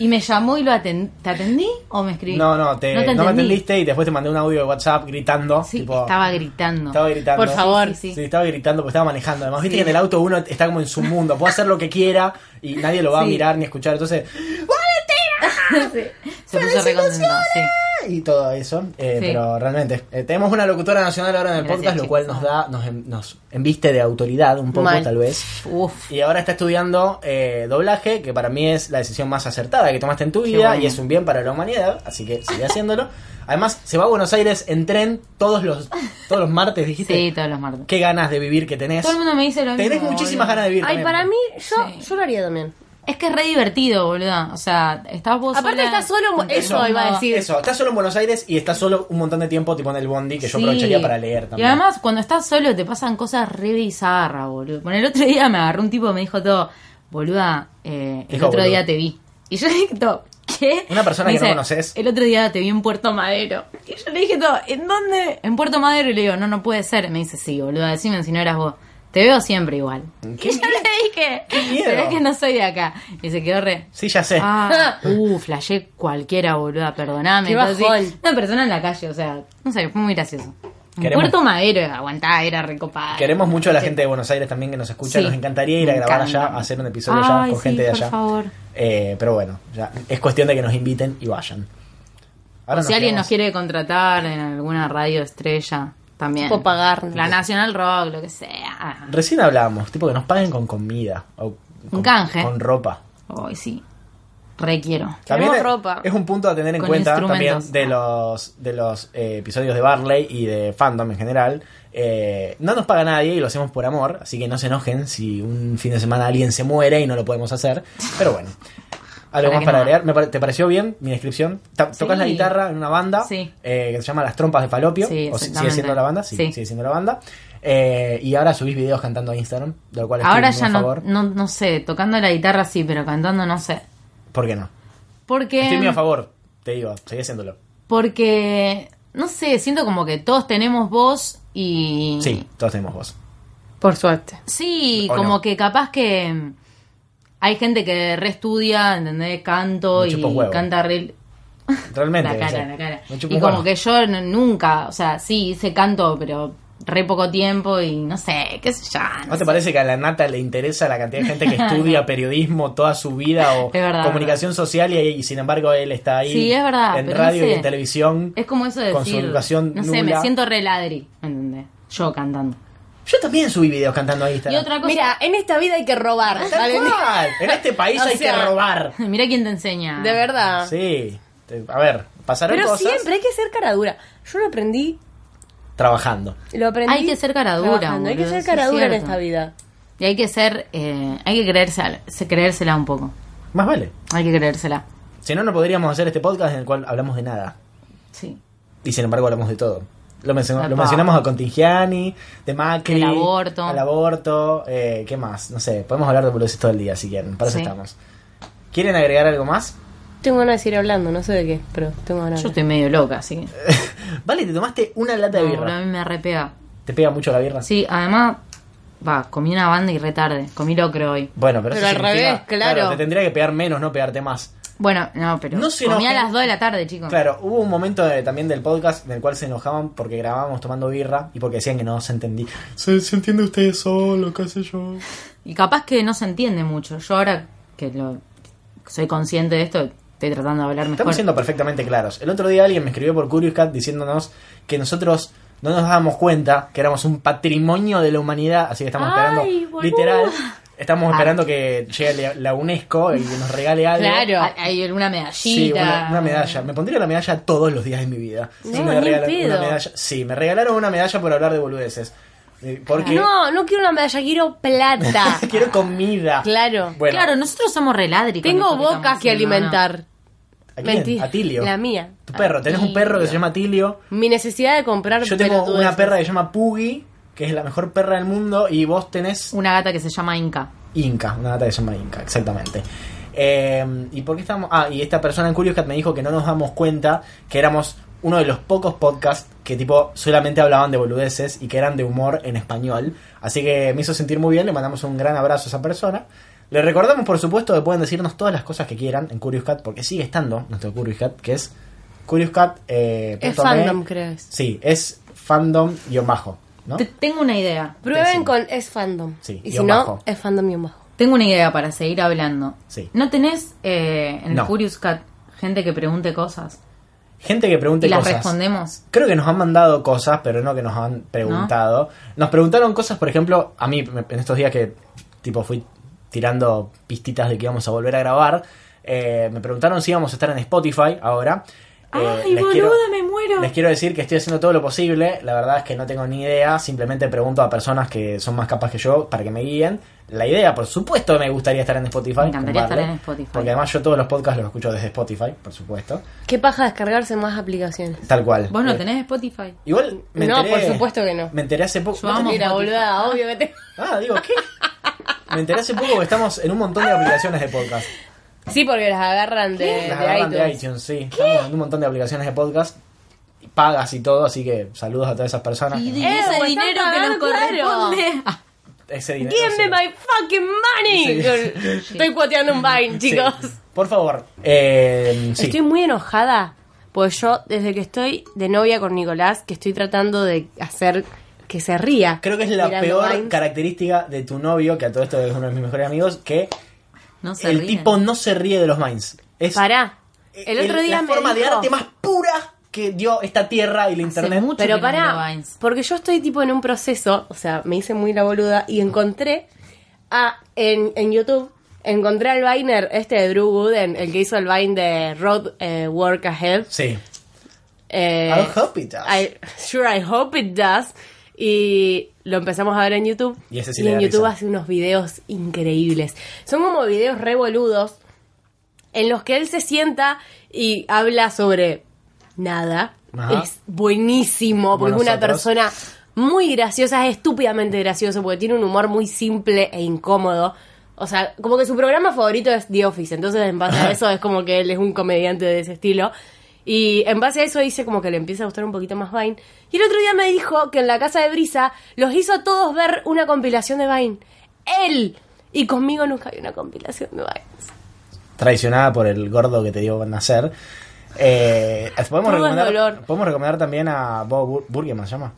Y me llamó y lo atendí. ¿Te atendí o me escribí? No, no, te, no me atendiste y después te mandé un audio de WhatsApp gritando. Sí, tipo, estaba gritando. estaba gritando. Por favor. Sí, sí, sí. Sí, estaba gritando porque estaba manejando. Además, viste que en el auto uno está como en su mundo. Puede hacer lo que quiera y nadie lo va a Sí. mirar ni escuchar. Entonces, Sí. Se puso re contento, sí. y todo eso. Eh, Sí. Pero realmente, eh, tenemos una locutora nacional ahora en el Gracias, podcast, lo cual nos da, nos, en- nos enviste de autoridad un poco, Mal. tal vez. Uf. Y ahora está estudiando eh, doblaje, que para mí es la decisión más acertada que tomaste en tu Qué vida bueno. y es un bien para la humanidad, así que sigue haciéndolo. Además, se va a Buenos Aires en tren todos los, todos los martes, dijiste. Sí, todos los martes. Qué ganas de vivir que tenés. Todo el mundo me dice lo mismo. Tenés boludo. muchísimas ganas de vivir. Ay, también. para mí, yo, Sí. yo lo haría también. Es que es re divertido, boluda. O sea, estás vos Aparte sola. está solo en Bu- con tu eso cómoda. iba a decir. Eso, estás solo en Buenos Aires y estás solo un montón de tiempo tipo en el bondi que yo Sí. aprovecharía para leer también. Y además, cuando estás solo te pasan cosas re bizarras, boludo. Bueno, el otro día me agarró un tipo y me dijo todo, boluda, eh, el Dijo, otro boluda. día te vi. Y yo le dije todo, ¿qué? Una persona Me que no conoces. El otro día te vi en Puerto Madero. Y yo le dije todo, ¿en dónde? En Puerto Madero. Y le digo, no, no puede ser. Me dice, sí, boluda, decime si no eras vos. Te veo siempre igual. [laughs] ¿Qué y yo le dije, miedo? se ve que no soy de acá. Y se quedó re. Sí, ya sé. [laughs] Ah, uh, flashé cualquiera, boluda, perdoname. Qué Entonces, bajón. una persona en la calle, o sea, no sé, fue muy gracioso. En Queremos- Puerto Madero, aguantá, era recopada. Queremos mucho a la gente de Buenos Aires también que nos escucha. Sí. Nos encantaría ir a Me grabar encanta. allá, hacer un episodio allá Ay, con gente sí, de por allá. favor. Eh, pero bueno, ya es cuestión de que nos inviten y vayan. Ahora O si alguien quedamos- nos quiere contratar en alguna radio estrella, también. Tipo pagarnos. La Nacional Rock, lo que sea. Ajá. Recién hablábamos, tipo que nos paguen con comida. O con, canje. Con ropa. Hoy sí. Requiero. También Queremos es, ropa. es un punto a tener en Con cuenta también instrumentos. de los, de los eh, episodios de Barley y de Fandom en general. Eh, no nos paga nadie y lo hacemos por amor, así que no se enojen si un fin de semana alguien se muere y no lo podemos hacer. [laughs] Pero bueno, algo Para más que para no. agregar. Me pare- ¿Te pareció bien mi descripción? Ta- Sí. Tocas la guitarra en una banda Sí. eh, que se llama Las Trompas de Falopio. Sí, o si- sigue exactamente. siendo la banda, sí, Sí. sigue siendo la banda. Eh, y ahora subís videos cantando a Instagram, de lo cual estoy Ahora muy ya a no, favor. no, no sé, tocando la guitarra sí, pero cantando no sé. ¿Por qué no? Porque... Estoy muy a favor, te digo, seguí haciéndolo. Porque, no sé, siento como que todos tenemos voz y... Sí, todos tenemos voz. Por suerte. Sí, ¿O como no? que capaz que mm, hay gente que reestudia, ¿entendés? Canto Me y chupa un huevo. canta re... Realmente. La o cara, sea, la cara. me Y chupa como un huevo. que yo n- nunca, o sea, sí, hice canto, pero re poco tiempo y no sé, qué sé yo. no ¿No te sé. parece que a la nata le interesa la cantidad de gente [laughs] que estudia periodismo toda su vida o Es verdad, comunicación social y, y sin embargo él está ahí Sí, es verdad, en pero radio no sé. y en televisión? Es como eso de con su decir, educación no sé, nula. me siento re ladri, ¿entendés? Yo cantando. [laughs] Yo también subí videos cantando a Y Instagram. otra cosa... Mira, en esta vida hay que robar. Tal ¿vale? cual. En este [laughs] país O hay que sea, robar. Mira quién te enseña. De ah. verdad. Sí. Te- A ver, pasaron Pero cosas siempre hay que ser cara dura. Yo lo aprendí, trabajando. lo aprendí. Hay que ser cara dura, trabajando. Hay que boludo, ser sí, cara es dura en cierto. esta vida. Y hay que ser, eh, hay que creérsela, se- creérsela un poco. Más vale. Hay que creérsela. Si no, no podríamos hacer este podcast en el cual hablamos de nada. Sí. Y sin embargo hablamos de todo. Lo, menciono- lo Epa. mencionamos a Contingiani, de Macri, Del aborto. al aborto, eh, ¿qué más? No sé, podemos hablar de boludeces todo el día si quieren, para eso Sí. estamos. ¿Quieren agregar algo más? Tengo ganas de ir hablando, no sé de qué, pero tengo ganas. Yo estoy medio loca, así que. Vale, te tomaste una lata de No, birra. boludo, a mí me repega. ¿Te pega mucho la birra? Sí, además, va, comí una banda y retarde. Comí locro hoy. Bueno, pero, eso Pero al significa- revés, claro. Te tendría que pegar menos, no pegarte más. Bueno, no, pero. No se comí a enojen. las 2 de la tarde, chicos. Claro, hubo un momento de- también del podcast en el cual se enojaban porque grabábamos tomando birra y porque decían que no se entendí. Se, se entiende ustedes solo, qué sé yo. Y capaz que no se entiende mucho. Yo ahora que lo, soy consciente de esto, estoy tratando de hablar mejor. Estamos siendo perfectamente claros. El otro día alguien me escribió por Curious Cat diciéndonos que nosotros no nos dábamos cuenta que éramos un patrimonio de la humanidad, así que estamos Ay, esperando, boluda. literal, estamos Ah. esperando que llegue la UNESCO y que nos regale algo. Claro. Ah, Hay alguna medallita. Sí, una, una medalla. Me pondría la medalla todos los días de mi vida. No, Si ni me en regalan una pedo. medalla. Sí, me regalaron una medalla por hablar de boludeces. Eh, Porque No, no quiero una medalla, quiero [laughs] plata. [laughs] quiero comida. claro. Bueno, Claro, nosotros somos reladri. con Tengo esto estamos boca que haciendo, ¿no? alimentar. ¿a quién? Mentira. A Tilio. La mía. Tu perro. Tenés un perro que se llama Tilio. Mi necesidad de comprar Yo tengo pelotudeces. una perra que se llama Puggy, que es la mejor perra del mundo, y vos tenés Una gata que se llama Inca. Inca, una gata que se llama Inca, exactamente. Eh, ¿Y por qué estamos? Ah, y esta persona en Curious Cat me dijo que no nos damos cuenta que éramos uno de los pocos podcasts que tipo solamente hablaban de boludeces y que eran de humor en español. Así que me hizo sentir muy bien, le mandamos un gran abrazo a esa persona. Le recordamos, por supuesto, que pueden decirnos todas las cosas que quieran en Curious Cat, porque sigue estando nuestro Curious Cat, que es CuriousCat. Eh, Es punto me. fandom, creo. es. Sí, es fandom y bajo, ¿no? Te- tengo una idea. Prueben Pésimo. con es fandom. Sí, y si guión no, bajo. es fandom y bajo. Tengo una idea para seguir hablando. Sí. ¿No tenés eh, en No. Curious Cat gente que pregunte cosas? Gente que pregunte Y las cosas. respondemos. Creo que nos han mandado cosas, pero no que nos han preguntado. Nos preguntaron cosas, por ejemplo, a mí me- en estos días que tipo fui tirando pistitas de que íbamos a volver a grabar, eh, me preguntaron si íbamos a estar en Spotify ahora. Eh, ¡Ay, les boluda, quiero- me muero! Les quiero decir que estoy haciendo todo lo posible. La verdad es que no tengo ni idea. Simplemente pregunto a personas que son más capas que yo para que me guíen. La idea, por supuesto, que me gustaría estar en Spotify. Me encantaría estar compadre, en Spotify. Porque además yo todos los podcasts los escucho desde Spotify, por supuesto. ¿Qué paja descargarse más aplicaciones? Tal cual. ¿Vos no Eh, tenés Spotify? Igual me No, enteré- por supuesto que no. Me enteré hace poco. Yo amo- Vamos, Mira, Spotify. boluda, obvio que te... Ah, digo, ¿qué? Me enteré hace poco que estamos en un montón de aplicaciones de podcast. Sí, porque las agarran de, Eh, de Las agarran iTunes. de iTunes, sí. Estamos en un montón de aplicaciones de podcast. y Pagas y todo, así que saludos a todas esas personas. Y que- de Eh, ese vos dinero estás que nos pagando, claro. corresponde. [laughs] Ah, Ese dinero Give se me lo- my fucking money. Estoy cuateando un vine, Sí. chicos. Por favor. eh, sí. Estoy muy enojada. Pues yo, desde que estoy de novia con Nicolás, que estoy tratando de hacer que se ría. Creo que es la Mirando peor vines. característica de tu novio, que a todo esto es uno de mis mejores amigos, que No se el ríen. tipo no se ríe de los minds. Es Pará. El otro día Eh, la me forma de dijo- arte más pura que dio esta tierra y la internet. mucho Pero que no miro pará, Vines. porque yo estoy tipo en un proceso, o sea, me hice muy la boluda y encontré a, en, en YouTube, encontré al Viner este de Drew Gooden, el que hizo el Vine de Road eh, Work Ahead. Sí. Eh, I hope it does. I- sure, I hope it does. Y lo empezamos a ver en YouTube. Y ese sí le en da YouTube risa. hace unos videos increíbles. Son como videos revoludos en los que él se sienta y habla sobre nada. Ajá. Es buenísimo, porque Como es una nosotros. persona muy graciosa, es estúpidamente gracioso, porque tiene un humor muy simple e incómodo. O sea, como que su programa favorito es The Office, entonces en base [laughs] a eso es como que él es un comediante de ese estilo. Y en base a eso dice como que le empieza a gustar un poquito más Vine. Y el otro día me dijo que en la casa de Brisa los hizo a todos ver una compilación de Vine. Él. Y conmigo nunca hay una compilación de Vine. Traicionada por el gordo que te dio nacer. Eh, podemos, Todo es recomendar, dolor. podemos recemendar también a Bob Bur- Burgeman, ¿se llama?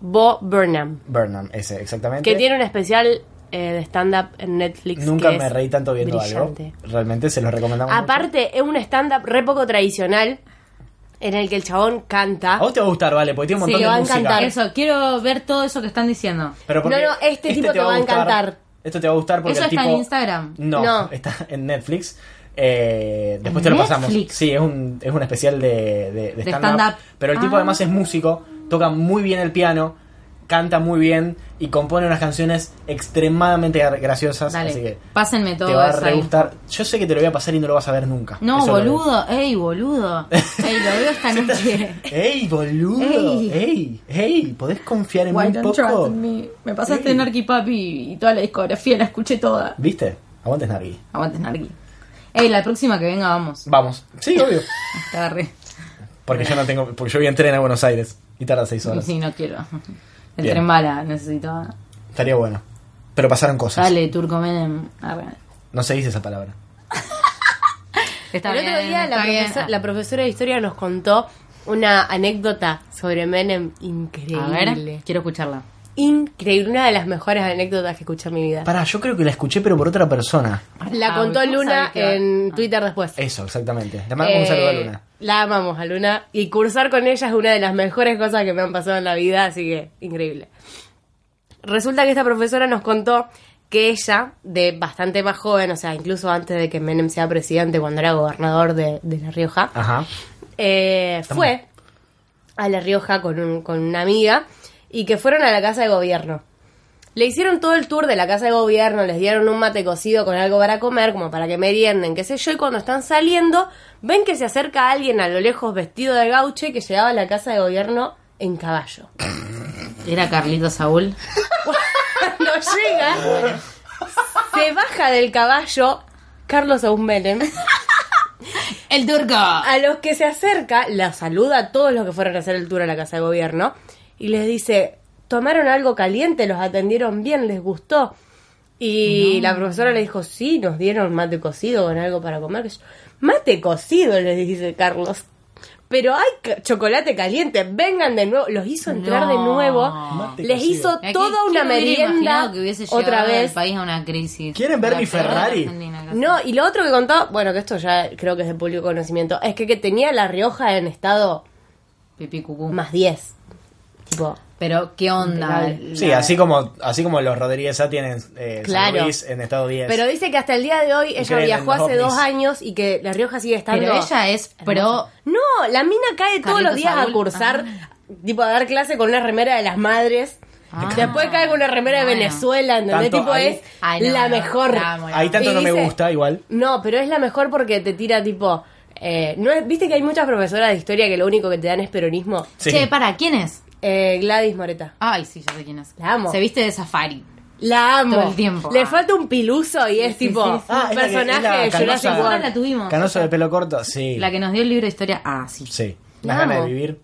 Bo Burnham. Burnham, ese, exactamente. Que tiene un especial eh, de stand-up en Netflix. Nunca que me es reí tanto viendo brillante. algo. Realmente se los recomendamos. mucho. Aparte, es un stand-up re poco tradicional en el que el chabón canta. A vos te va a gustar, vale, porque tiene un Sí, montón te de va a música. encantar. Eso, quiero ver todo eso que están diciendo. Pero porque No, no, este tipo te va a gustar. encantar. Esto te va a gustar porque ¿Eso el está tipo... en Instagram? No, No. está en Netflix. Eh, después te lo pasamos. Netflix. Sí, es un, es un especial de, de- de stand-up. stand-up. pero el tipo Ah. además es músico, toca muy bien el piano, canta muy bien y compone unas canciones extremadamente gra- graciosas. Dale, Así que pásenme te todo va a eso re ahí. gustar. Yo sé que te lo voy a pasar y no lo vas a ver nunca. No, Eso lo- boludo. Ey, boludo. Ey, lo veo esta noche. [laughs] [laughs] ¡Ey, boludo! Ey. ¡Ey! ¡Ey! ¿Podés confiar en mí un poco? me? Me pasaste pasaste Ey. Narky Papi y toda la discografía, la escuché toda. ¿Viste? Aguantes, Nargui. Aguantes, Narky. Ey, la próxima que venga vamos. Vamos. Sí, obvio. Te agarré. Porque yo no tengo. Porque yo voy en tren a Buenos Aires y tarda seis horas. Sí, no quiero. [laughs] El Bien. tren bala necesitaba. Estaría bueno. Pero pasaron cosas. Dale, Turco Menem. Arre. No se dice esa palabra. Está el otro bien, día está la, bien. profeso- Ah. la profesora de historia nos contó una anécdota sobre Menem increíble. A ver, quiero escucharla. Increíble, una de las mejores anécdotas que escuché en mi vida. Pará, yo creo que la escuché, pero por otra persona. La Ah, contó ¿cómo Luna sabes que va? en Ah. Twitter después. Eso, exactamente. Le mando un saludo a Eh, Luna. La amamos a Luna. Y cursar con ella es una de las mejores cosas que me han pasado en la vida, así que increíble. Resulta que esta profesora nos contó que ella, de bastante más joven, o sea, incluso antes de que Menem sea presidente, cuando era gobernador de, de La Rioja, Ajá. eh, fue a La Rioja con, un- con una amiga y que fueron a la casa de gobierno. Le hicieron todo el tour de la casa de gobierno, les dieron un mate cocido con algo para comer, como para que merienden, qué sé yo, y cuando están saliendo, ven que se acerca alguien a lo lejos vestido de gauche que llegaba a la casa de gobierno en caballo. [laughs] Era Carlito Saúl. Cuando llega, se baja del caballo Carlos Ausmelem, El turco. a los que se acerca, la saluda a todos los que fueron a hacer el tour a la Casa de Gobierno y les dice, tomaron algo caliente, los atendieron bien, les gustó. Y la profesora le dijo, sí, nos dieron mate cocido con algo para comer. que yo- Mate cocido, les dice Carlos. Pero hay ca- chocolate caliente, vengan de nuevo. Los hizo entrar de No. nuevo. Mate les cocido. hizo Mira, ¿qué- toda quién una hubiera merienda imaginado que hubiese otra llegado el vez. país a una crisis. ¿Quieren ver La mi peor Ferrari? Argentina que No, y lo otro que contó, bueno, que esto ya creo que es de público conocimiento, es que, que tenía La Rioja en estado hace. Pipí cucú. más 10. Tipo, Pero, ¿qué onda? Impecable. Sí, así como, así como los Rodríguez A tienen eh, San Claro. Luis en estado 10. Pero dice que hasta el día de hoy ella creen en viajó los hace dos ovnis. años y que La Rioja sigue estando. Pero ella es pro. No, la mina cae todos Carlitos los días Saúl. a cursar, tipo a dar clase con una remera de las madres. Ah. Después cae con una remera de Bueno. Venezuela, ¿entendés? Tanto tipo ahí- es Ay, no, la no, mejor. la amo, la Ahí tanto Y no me dice- gusta, igual. No, pero es la mejor porque te tira tipo. eh, no es- Viste que hay muchas profesoras de historia que lo único que te dan es peronismo. Sí. Che, para, ¿quién es? Eh, Gladys Moreta. Ay, sí, yo sé quién es. La amo. Se viste de safari. La amo. Todo el tiempo. Le Ah. falta un piluso y es tipo sí, sí. Ah, un es la que- es personaje la de Jurassic canosa- World. La tuvimos. Canosa de pelo corto, sí. La que nos dio el libro de historia. Ah, sí. Sí. La Las ganas de amo. vivir.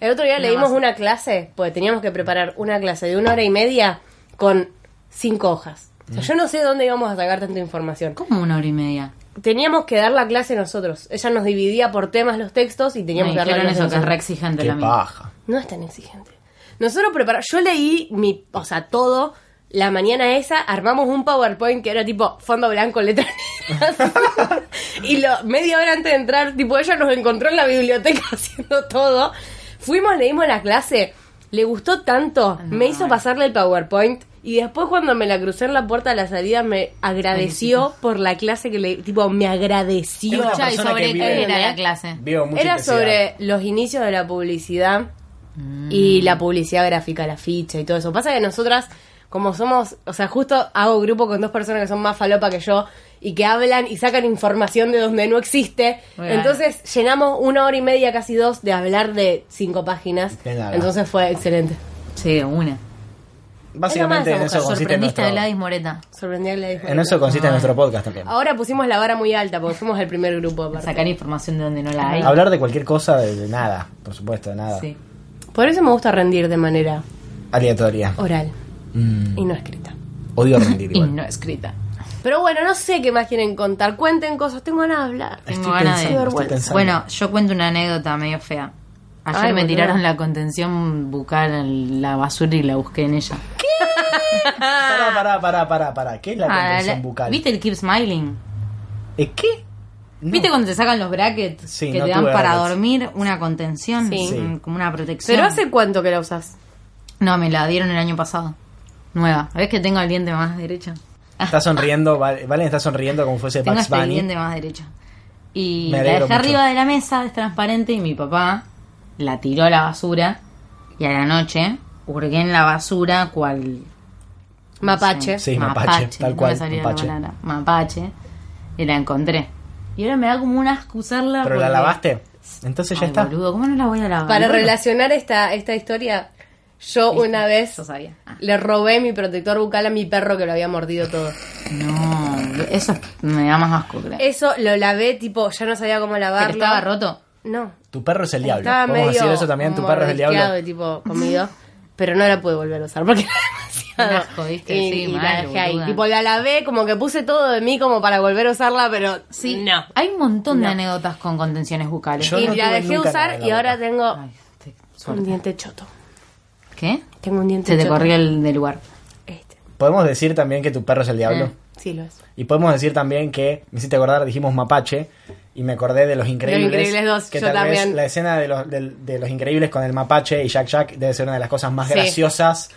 El otro día Una le dimos masa. una clase, porque teníamos que preparar una clase de una hora y media con cinco hojas. O sea, yo no sé dónde íbamos a sacar tanta información. Como una hora y media. Teníamos que dar la clase nosotros. Ella nos dividía por temas los textos y Me teníamos que dar la dijeron clase eso, que es nosotros. re exigente Qué la mía. paja. No es tan exigente. Nosotros preparamos, yo leí mi, o sea, todo. La mañana esa armamos un PowerPoint que era tipo fondo blanco, letras negras. [laughs] y lo, media hora antes de entrar, tipo ella nos encontró en la biblioteca [laughs] haciendo todo. Fuimos, leímos la clase. Le gustó tanto, Ah, me hizo pasarle el PowerPoint. Y después cuando me la crucé en la puerta de la salida, me agradeció por la clase que le... Tipo, me agradeció. Era una Ya, y persona sobre que qué vive- era la clase. Vivo mucha Era intensidad. sobre los inicios de la publicidad y Mm. la publicidad gráfica, la ficha y todo eso. Pasa que nosotras, como somos, o sea, justo hago grupo con dos personas que son más falopa que yo y que hablan y sacan información de donde no existe. Muy bien. Entonces llenamos una hora y media, casi dos, de hablar de cinco páginas. De nada. Entonces fue excelente. Sí, una. Básicamente Era en más esa eso mujer, consiste Sorprendiste nuestro, a Gladys Moreta. Sorprendí a Gladys en eso Moreno. consiste nuestro podcast también. Ahora pusimos la vara muy alta porque fuimos el primer grupo. aparte. Sacar información de donde no la hay. Hablar de cualquier cosa, de, de nada, por supuesto, de nada. Sí. Por eso me gusta rendir de manera Aleatoria. oral Mm, y no escrita. odio rendir [laughs] Y igual. no escrita. Pero bueno, no sé qué más quieren contar. Cuenten cosas, tengo ganas de hablar. Tengo Estoy ganas de- pensando, estoy Vergüenza. pensando. Bueno, yo cuento una anécdota medio fea. Ayer Ay, me boluda. tiraron la contención bucal en la basura y la busqué en ella. Pará, pará, pará, pará, pará. ¿Qué es la Ah, contención la- bucal? ¿Viste el Keep Smiling? ¿Eh, ¿Qué? No. ¿Viste cuando te sacan los brackets Sí, que no te dan tuve para brackets. dormir? Una contención, Sí. mm, como una protección. Pero ¿hace cuánto que la usas? No, me la dieron el año pasado. Nueva. ¿Ves que tengo el diente más derecho? Está sonriendo, Val- Valen está sonriendo como fuese Ah. Tengo Bugs este Bunny. diente más derecho. Y Me la dejé alegro mucho. arriba de la mesa, es transparente, y mi papá la tiró a la basura. Y a la noche hurgué en la basura cual... Mapache. Sí, mapache, tal no me cual, salía la mapache. palabra, mapache. Y la encontré. Y ahora me da como un asco usarla. ¿Pero la porque- lavaste? Entonces ya Ay, está. boludo, ¿cómo no la voy a lavar? Para Bueno, relacionar esta, esta historia, yo una vez Yo sabía. Ah. le robé mi protector bucal a mi perro que lo había mordido todo. No, eso es- me da más asco, creo. Eso lo lavé, tipo, ya no sabía cómo Pero lavarlo. estaba roto. No. Tu perro es el diablo. Estaba Vamos a medio decir eso también, tu perro es el mordisqueado diablo. y tipo comido. Pero no la pude volver a usar porque era demasiado. Un asco, ¿viste? Y, Sí, y la mal, dejé ahí. boluda. Tipo, la lavé, como que puse todo de mí como para volver a usarla, pero Sí, no. hay un montón de anécdotas con contenciones bucales. Yo y no la tuve dejé nunca usar nada en la y ahora boca. tengo Ay, te- un suerte. diente choto. ¿Qué? Tengo un diente Se te choto. corrió el del lugar. Este. Podemos decir también que tu perro es el diablo. Eh. Sí, lo es. Y podemos decir también que, me hiciste acordar, dijimos mapache. Y me acordé de Los Increíbles. Increíbles dos, que yo tal vez también. la escena de los, del- de los Increíbles con el mapache y Jack Jack debe ser una de las cosas más Sí. graciosas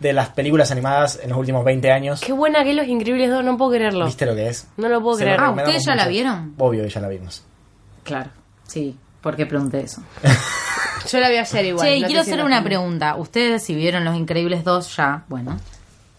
de las películas animadas en los últimos 20 años. Qué buena que Los Increíbles 2, no puedo creerlo. ¿Viste lo que es? No lo puedo Se creer. lo Ah, recomendamos ¿ustedes ya la vieron? Obvio que ya la vimos. Claro. Sí, porque pregunté eso. Yo la vi ayer igual. che, y no te quiero hacer sientas una mal. pregunta. Ustedes, si vieron Los Increíbles 2 ya, bueno,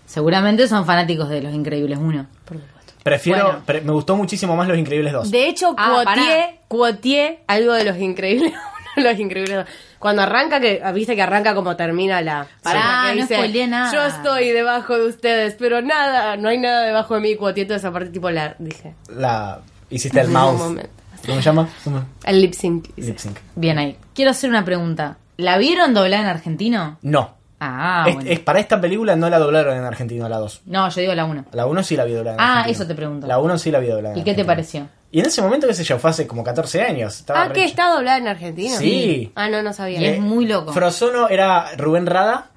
seguramente son fanáticos de Los Increíbles 1. Por supuesto. Prefiero, Bueno. pre- me gustó muchísimo más Los Increíbles 2. De hecho, Ah, cuotié, cuotié algo de Los Increíbles [laughs] Los Increíbles dos. Cuando arranca, que viste que arranca como termina la Pará, que no spoileé nada. Yo estoy debajo de ustedes, pero nada, no hay nada debajo de mí. Cuotieto esa parte tipo la dije. La, hiciste el Un mouse. momento. ¿Cómo se llama? ¿Cómo? El lip sync. hice. Lip sync. Bien ahí. Quiero hacer una pregunta. ¿La vieron doblada en argentino? No. Ah, Es- bueno. es- para esta película no la doblaron en argentino, la 2. No, yo digo la 1. La 1 sí la vi doblada. en Ah, argentino. eso te pregunto. La 1 sí la vi doblada. en ¿Y qué te argentino. pareció? Y en ese momento, qué sé yo, fue hace como 14 años. Estaba Ah, re que chico. está doblada en argentino. Sí. Ah, no, no sabía. Y es muy loco. Frozono era Rubén Rada.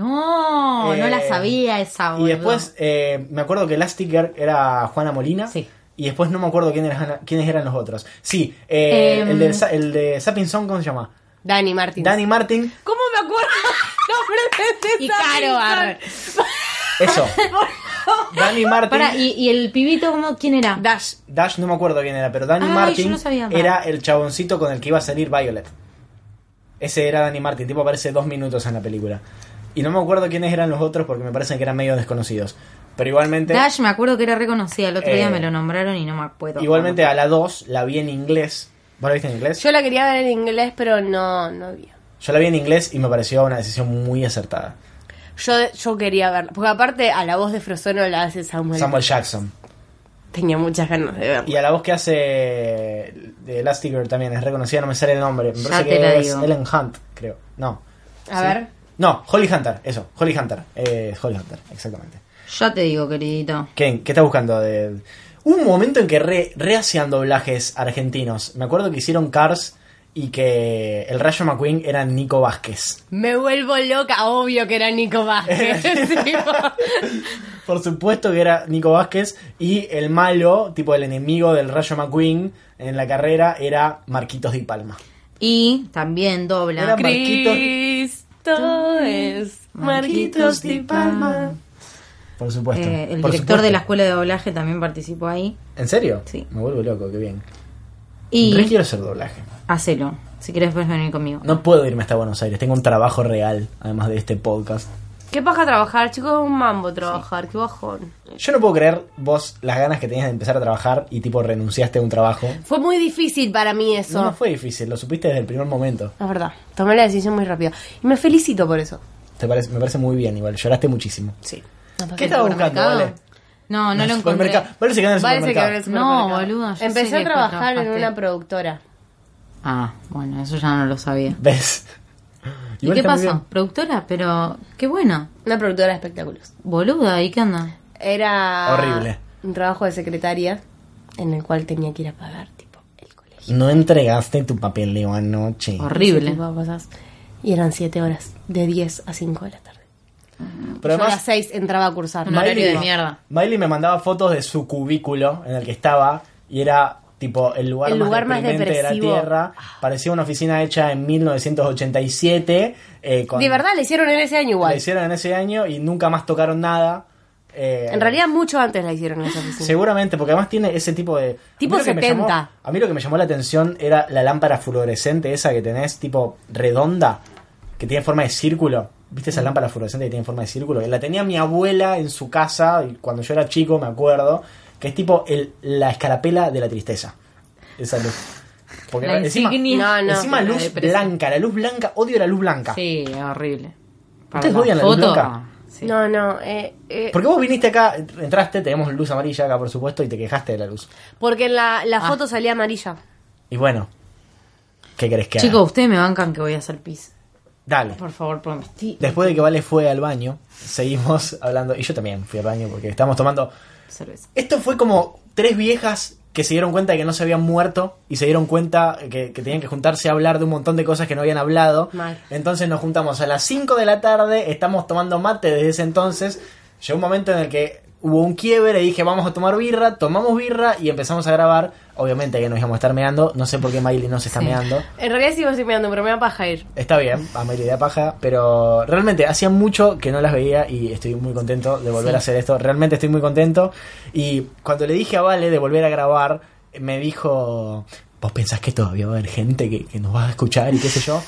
No, no la Eh, sabía esa, Y boludo. después eh, me acuerdo que Elastic Girl era Juana Molina. Sí. Y después no me acuerdo quién era- quiénes eran los otros. Sí, eh, Em. el, de, Sa- el de Sapping Song, ¿cómo se llama? Dani Martins. Danny Martin. ¿Cómo me acuerdo? [laughs] No, Y Caro, arre. [laughs] Eso. Danny Martin. Pará, ¿y, y el pibito cómo, quién era? Dash. Dash, no me acuerdo quién era, pero Danny Ay, Martin Ah, yo no sabía nada. era el chaboncito con el que iba a salir Violet. Ese era Danny Martin, tipo aparece dos minutos en la película. Y no me acuerdo quiénes eran los otros porque me parecen que eran medio desconocidos. Pero igualmente, Dash, me acuerdo que era reconocida. El otro Eh, día me lo nombraron y no me acuerdo. igualmente a la 2 la vi en inglés. ¿Vos la viste en inglés? Yo la quería ver en inglés, pero no, no había. Yo la vi en inglés y me pareció una decisión muy acertada. Yo, yo quería verla. Porque aparte a la voz de Frozono la hace Samuel. Samuel Jackson. Tenía muchas ganas de verla. Y a la voz que hace de Elastigirl también es reconocida, no me sale el nombre. Me Ya parece te la que es digo. Ellen Hunt, creo. No. A ¿Sí? ver. No, Holly Hunter, eso, Holly Hunter. Eh, Holly Hunter, exactamente. Ya te digo, queridito. ¿Qué, qué estás buscando? De... Hubo un momento en que re, re hacían doblajes argentinos. Me acuerdo que hicieron Cars y que el Rayo McQueen era Nico Vázquez. Me vuelvo loca, obvio que era Nico [laughs] Vázquez. tipo. Por supuesto que era Nico Vázquez y el malo, tipo el enemigo del Rayo McQueen en la carrera, era Marquitos Di Palma. Y también dobla. eh, Era- Marquitos. Cristo es Marquitos Di Palma. Por supuesto. Eh, el Por director de la supuesto. escuela de doblaje también participó ahí. ¿En serio? Sí. Me vuelvo loco, qué bien. Y Re quiero hacer doblaje. hacelo. Si quieres puedes venir conmigo. No puedo irme hasta Buenos Aires, tengo un trabajo real, además de este podcast. Qué paja trabajar, chicos, es un mambo trabajar, qué bajón. Yo no puedo creer vos las ganas que tenías de empezar a trabajar y tipo renunciaste a un trabajo. Fue muy difícil para mí eso. No, no fue difícil, lo supiste desde el primer momento. Es verdad, tomé la decisión muy rápido. Y me felicito por eso. Te parece, me parece muy bien, igual. Lloraste muchísimo. Sí. ¿Qué estabas buscando, Vale? No, no En lo el encontré. supermercado. Vale se quedó en el Parece que supermercado. ahora es No, supermercado. boluda, yo Empecé sé a que trabajar en trabajaste. una productora. Ah, bueno, eso ya no lo sabía. ¿Ves? ¿Y Igual qué está muy pasó? Productora, pero qué bueno. Una productora de espectáculos. Boluda, ¿y qué onda? Era. Horrible. Un trabajo de secretaria en el cual tenía que ir a pagar, tipo, el colegio. bien. No entregaste tu papel de anoche. Ese Horrible. tipo de cosas. Y eran 7 horas, de 10 a 5 de la tarde. Pero Yo a las además, 6 entraba a cursar. Un horario de mierda. Miley me mandaba fotos de su cubículo en el que estaba y era tipo el lugar, El lugar más más deprimente depresivo. de la Tierra. Parecía una oficina hecha en 1987. eh, con- De verdad, le hicieron en ese año La igual. hicieron en ese año y nunca más tocaron nada. Eh, En realidad, mucho antes la hicieron en esa oficina. Seguramente, porque además tiene ese tipo de... Tipo a mí lo que me 70. llamó- a mí lo que me llamó la atención era la lámpara fluorescente esa que tenés, tipo redonda, que tiene forma de círculo. ¿Viste esa lámpara fluorescente que tiene forma de círculo? La tenía mi abuela en su casa y cuando yo era chico, me acuerdo, que es tipo el, la escarapela de la tristeza. Esa luz. Porque La encima, insignia. No, no. encima la luz depresión. blanca, la luz blanca, odio la luz blanca. Sí, horrible. ¿Ustedes odian la luz blanca? Sí. No, no. eh, eh, Porque vos viniste acá, entraste, tenemos luz amarilla acá, por supuesto, y te quejaste de la luz. porque en la, la Ah. foto salía amarilla. Y bueno, ¿qué crees que haga? Chicos, ustedes me bancan que voy a hacer pis. Dale. Por favor, porque me estoy- Después de que Vale fue al baño, seguimos [laughs] hablando. Y yo también fui al baño porque estábamos tomando. cerveza. Esto fue como tres viejas que se dieron cuenta de que no se habían muerto y se dieron cuenta que, que tenían que juntarse a hablar de un montón de cosas que no habían hablado. Mal. Entonces nos juntamos a las 5 de la tarde, estamos tomando mate desde ese entonces. Llegó un momento en el que hubo un quiebre, dije vamos a tomar birra, tomamos birra y empezamos a grabar. Obviamente que nos íbamos a estar meando, no sé por qué Miley no se está Sí. meando. En realidad sí me estoy mirando, pero me da paja ir. Está bien, a Mary da paja, pero realmente hacía mucho que no las veía y estoy muy contento de volver a hacer esto. Realmente estoy muy contento. Y cuando le dije a Vale de volver a grabar, me dijo, ¿vos pensás que todavía va a haber gente que, que nos va a escuchar y qué sé yo?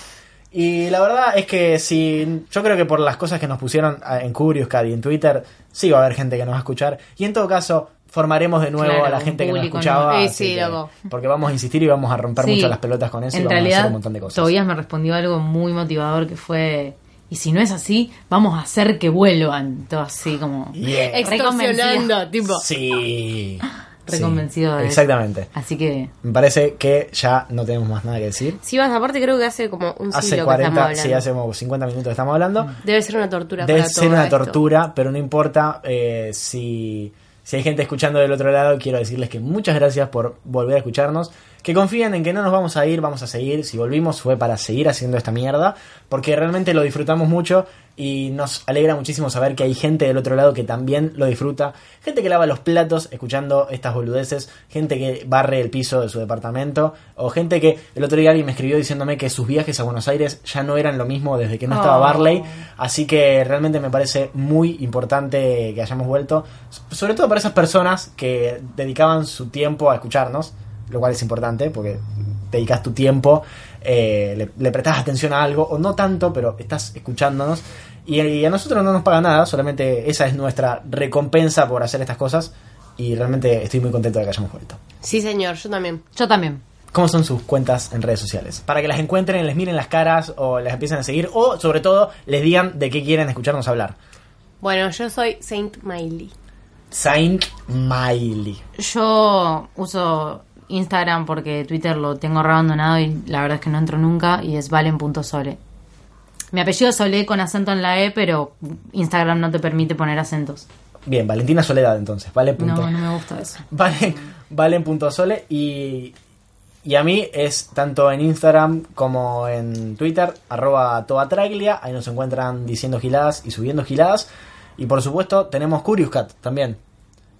Y la verdad es que si yo creo que por las cosas que nos pusieron a- en Curious Cat y en Twitter, sí va a haber gente que nos va a escuchar. Y en todo caso, formaremos de nuevo Claro, a la un gente que nos público escuchaba. nuevo. Eh, así sí, que- loco. porque vamos a insistir y vamos a romper Sí. mucho las pelotas con eso y En vamos a realidad, hacer un montón de cosas. Tobías me respondió algo muy motivador que fue. Y si no es así, vamos a hacer que vuelvan. Todo así como. Yeah. Ex- Extorsionando, Reconvencida. tipo. Sí. Reconvencido Sí, de eso. Exactamente. Así que. Me parece que ya no tenemos más nada que decir. Sí, más aparte creo que hace como un siglo Hace que estamos 40, hablando. sí, hace como 50 minutos que estamos hablando. Debe ser una tortura Debe para ser todo una esto. tortura, pero no importa eh, si, si hay gente escuchando del otro lado. Quiero decirles que muchas gracias por volver a escucharnos. Que confíen en que no nos vamos a ir, vamos a seguir. Si volvimos fue para seguir haciendo esta mierda, porque realmente lo disfrutamos mucho y nos alegra muchísimo saber que hay gente del otro lado que también lo disfruta. Gente que lava los platos escuchando estas boludeces, gente que barre el piso de su departamento, o gente que el otro día alguien me escribió diciéndome que sus viajes a Buenos Aires ya no eran lo mismo desde que no estaba Oh. Barley. Así que realmente me parece muy importante que hayamos vuelto, so- sobre todo para esas personas que dedicaban su tiempo a escucharnos, lo cual es importante porque dedicas tu tiempo, eh, le, le prestas atención a algo, o no tanto, pero estás escuchándonos. Y, y a nosotros no nos paga nada, solamente esa es nuestra recompensa por hacer estas cosas. Y realmente estoy muy contento de que hayamos vuelto. Sí, señor, yo también. Yo también. ¿Cómo son sus cuentas en redes sociales? Para que las encuentren, les miren las caras o las empiecen a seguir o sobre todo les digan de qué quieren escucharnos hablar. Bueno, yo soy Saint Miley. Saint Miley. Yo uso Instagram porque Twitter lo tengo re abandonado y la verdad es que no entro nunca y es valen.sole. Mi apellido es Solé con acento en la E, pero Instagram no te permite poner acentos. Bien, Valentina Soledad entonces, vale. No, Punto. no me gusta eso. [laughs] Vale, valen punto sole y, y a mí es tanto en Instagram como en Twitter, arroba toatraglia, ahí nos encuentran diciendo giladas y subiendo giladas. Y por supuesto tenemos Curious Cat también.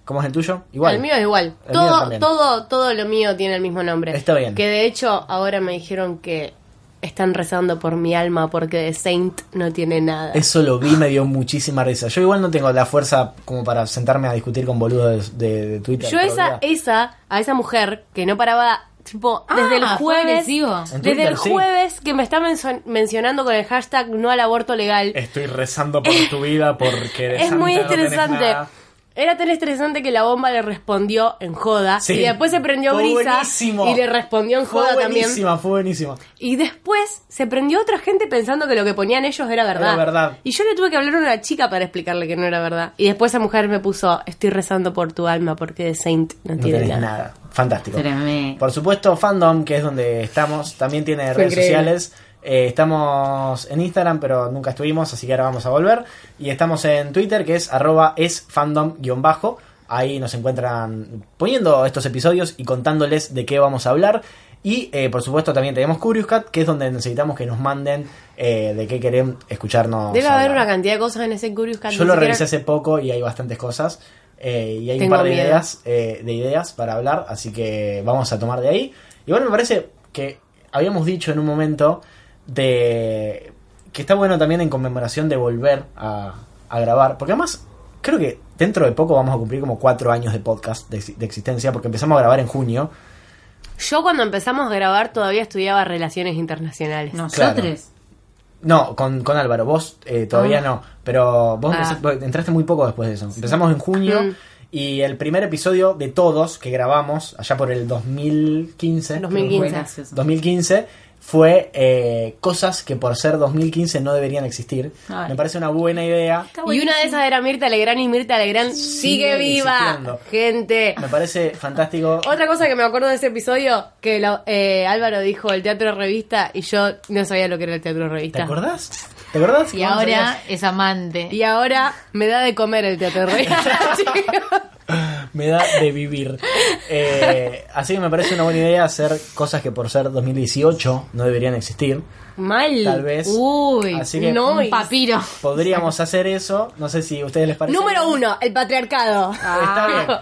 ¿Cómo es el tuyo? Igual. El mío es igual. El mío todo, también. todo, todo lo mío tiene el mismo nombre. Está bien. Que de hecho ahora me dijeron que están rezando por mi alma porque de Saint no tiene nada. Eso lo vi, me dio muchísima risa. Yo igual no tengo la fuerza como para sentarme a discutir con boludos de, de- de Twitter. Yo esa, todavía. esa, a esa mujer que no paraba, tipo, Ah, desde el fue jueves, agresivo. En desde Twitter, el sí. jueves que me está menso- mencionando con el hashtag no al aborto legal. Estoy rezando por tu vida porque de Es santa muy no tenés interesante. nada. Era tan estresante que la bomba le respondió en joda. Sí. Y después se prendió Fue brisa. buenísimo. Y le respondió en joda fue también. buenísima, fue buenísima. Y después se prendió otra gente pensando que lo que ponían ellos era verdad. Era verdad. Y yo le tuve que hablar a una chica para explicarle que no era verdad. Y después esa mujer me puso, estoy rezando por tu alma porque de Saint no, No tiene tenés nada. nada. Fantástico. Tremé. Por supuesto, Fandom, que es donde estamos, también tiene redes increíble. sociales. Eh, estamos en Instagram, pero nunca estuvimos, así que ahora vamos a volver. Y estamos en Twitter, que es arroba esfandom-bajo. Ahí nos encuentran poniendo estos episodios y contándoles de qué vamos a hablar. Y eh, por supuesto también tenemos Curious Cat, que es donde necesitamos que nos manden eh, de qué quieren escucharnos. Debe haber hablar. una cantidad de cosas en ese Curious Cat. Yo ni lo siquiera- revisé hace poco y hay bastantes cosas. eh, y hay Tengo un par de miedo. ideas, eh, de ideas para hablar, así que vamos a tomar de ahí. Y bueno, me parece que habíamos dicho en un momento de que está bueno también en conmemoración de volver a, a grabar, porque además creo que dentro de poco vamos a cumplir como cuatro años de podcast de, de existencia, porque empezamos a grabar en junio. Yo cuando empezamos a grabar todavía estudiaba relaciones internacionales. Nosotros. No, con, con Álvaro, vos eh, todavía Ah. no, pero vos empezás- Ah. vos entraste muy poco después de eso. Empezamos en junio Mm. y el primer episodio de todos que grabamos allá por el 2015, creo que fue, 2015. Fue gracioso. 2015 fue eh, cosas que por ser 2015 no deberían existir. Ay. Me parece una buena idea. Y una de esas era Mirta Legrand y Mirta Legrand sigue viva. existiendo. Gente. Me parece fantástico. Otra cosa que me acuerdo de ese episodio, que la- eh, Álvaro dijo el teatro revista y yo no sabía lo que era el teatro ¿Te revista. acordás? ¿Te acordás? Y ¿Cómo ahora sabías? es amante. Y ahora me da de comer el teatro [laughs] revista. chicos. me da [laughs] de vivir. Eh, así que me parece una buena idea hacer cosas que por ser 2018 no deberían existir. Mal. Tal vez. Uy, Así que no. un papiro. podríamos hacer eso. No sé si a ustedes les parece. Número uno, el patriarcado. Está bien.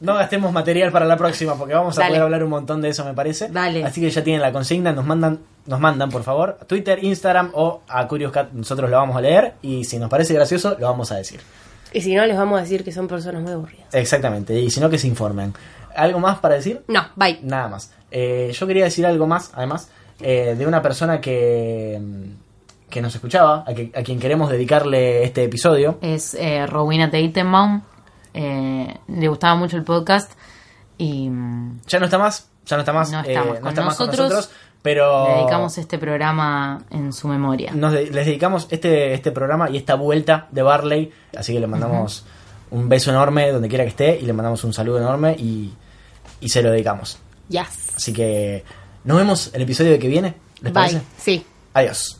No gastemos material para la próxima porque vamos a Dale. poder hablar un montón de eso, me parece. Dale. Así que ya tienen la consigna, nos mandan, nos mandan, por favor, a Twitter, Instagram o a Curious Cat. Nosotros lo vamos a leer y si nos parece gracioso, lo vamos a decir. Y si no, les vamos a decir que son personas muy aburridas. Exactamente. Y si no, que se informen. ¿Algo más para decir? No, bye. Nada más. Eh, yo quería decir algo más, además, eh, de una persona que, mm, que nos escuchaba, a, que- a quien queremos dedicarle este episodio. Es eh, Rowena Teitenbaum. Eh, le gustaba mucho el podcast y mm, Ya no está más, ya no está más, No eh, está más con nosotros. pero le dedicamos este programa en su memoria. nos de- les dedicamos este, este programa y esta vuelta de Barley, así que le mandamos un beso enorme donde quiera que esté y le mandamos un saludo enorme y, y se lo dedicamos. Yes. Así que nos vemos el episodio que viene, ¿les Bye. parece? Sí. Adiós.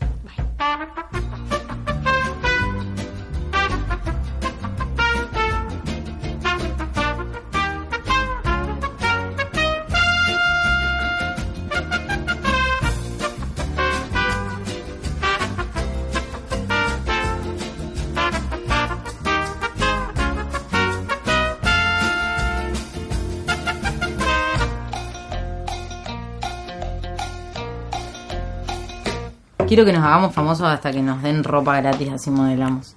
Quiero que nos hagamos famosos hasta que nos den ropa gratis, así modelamos.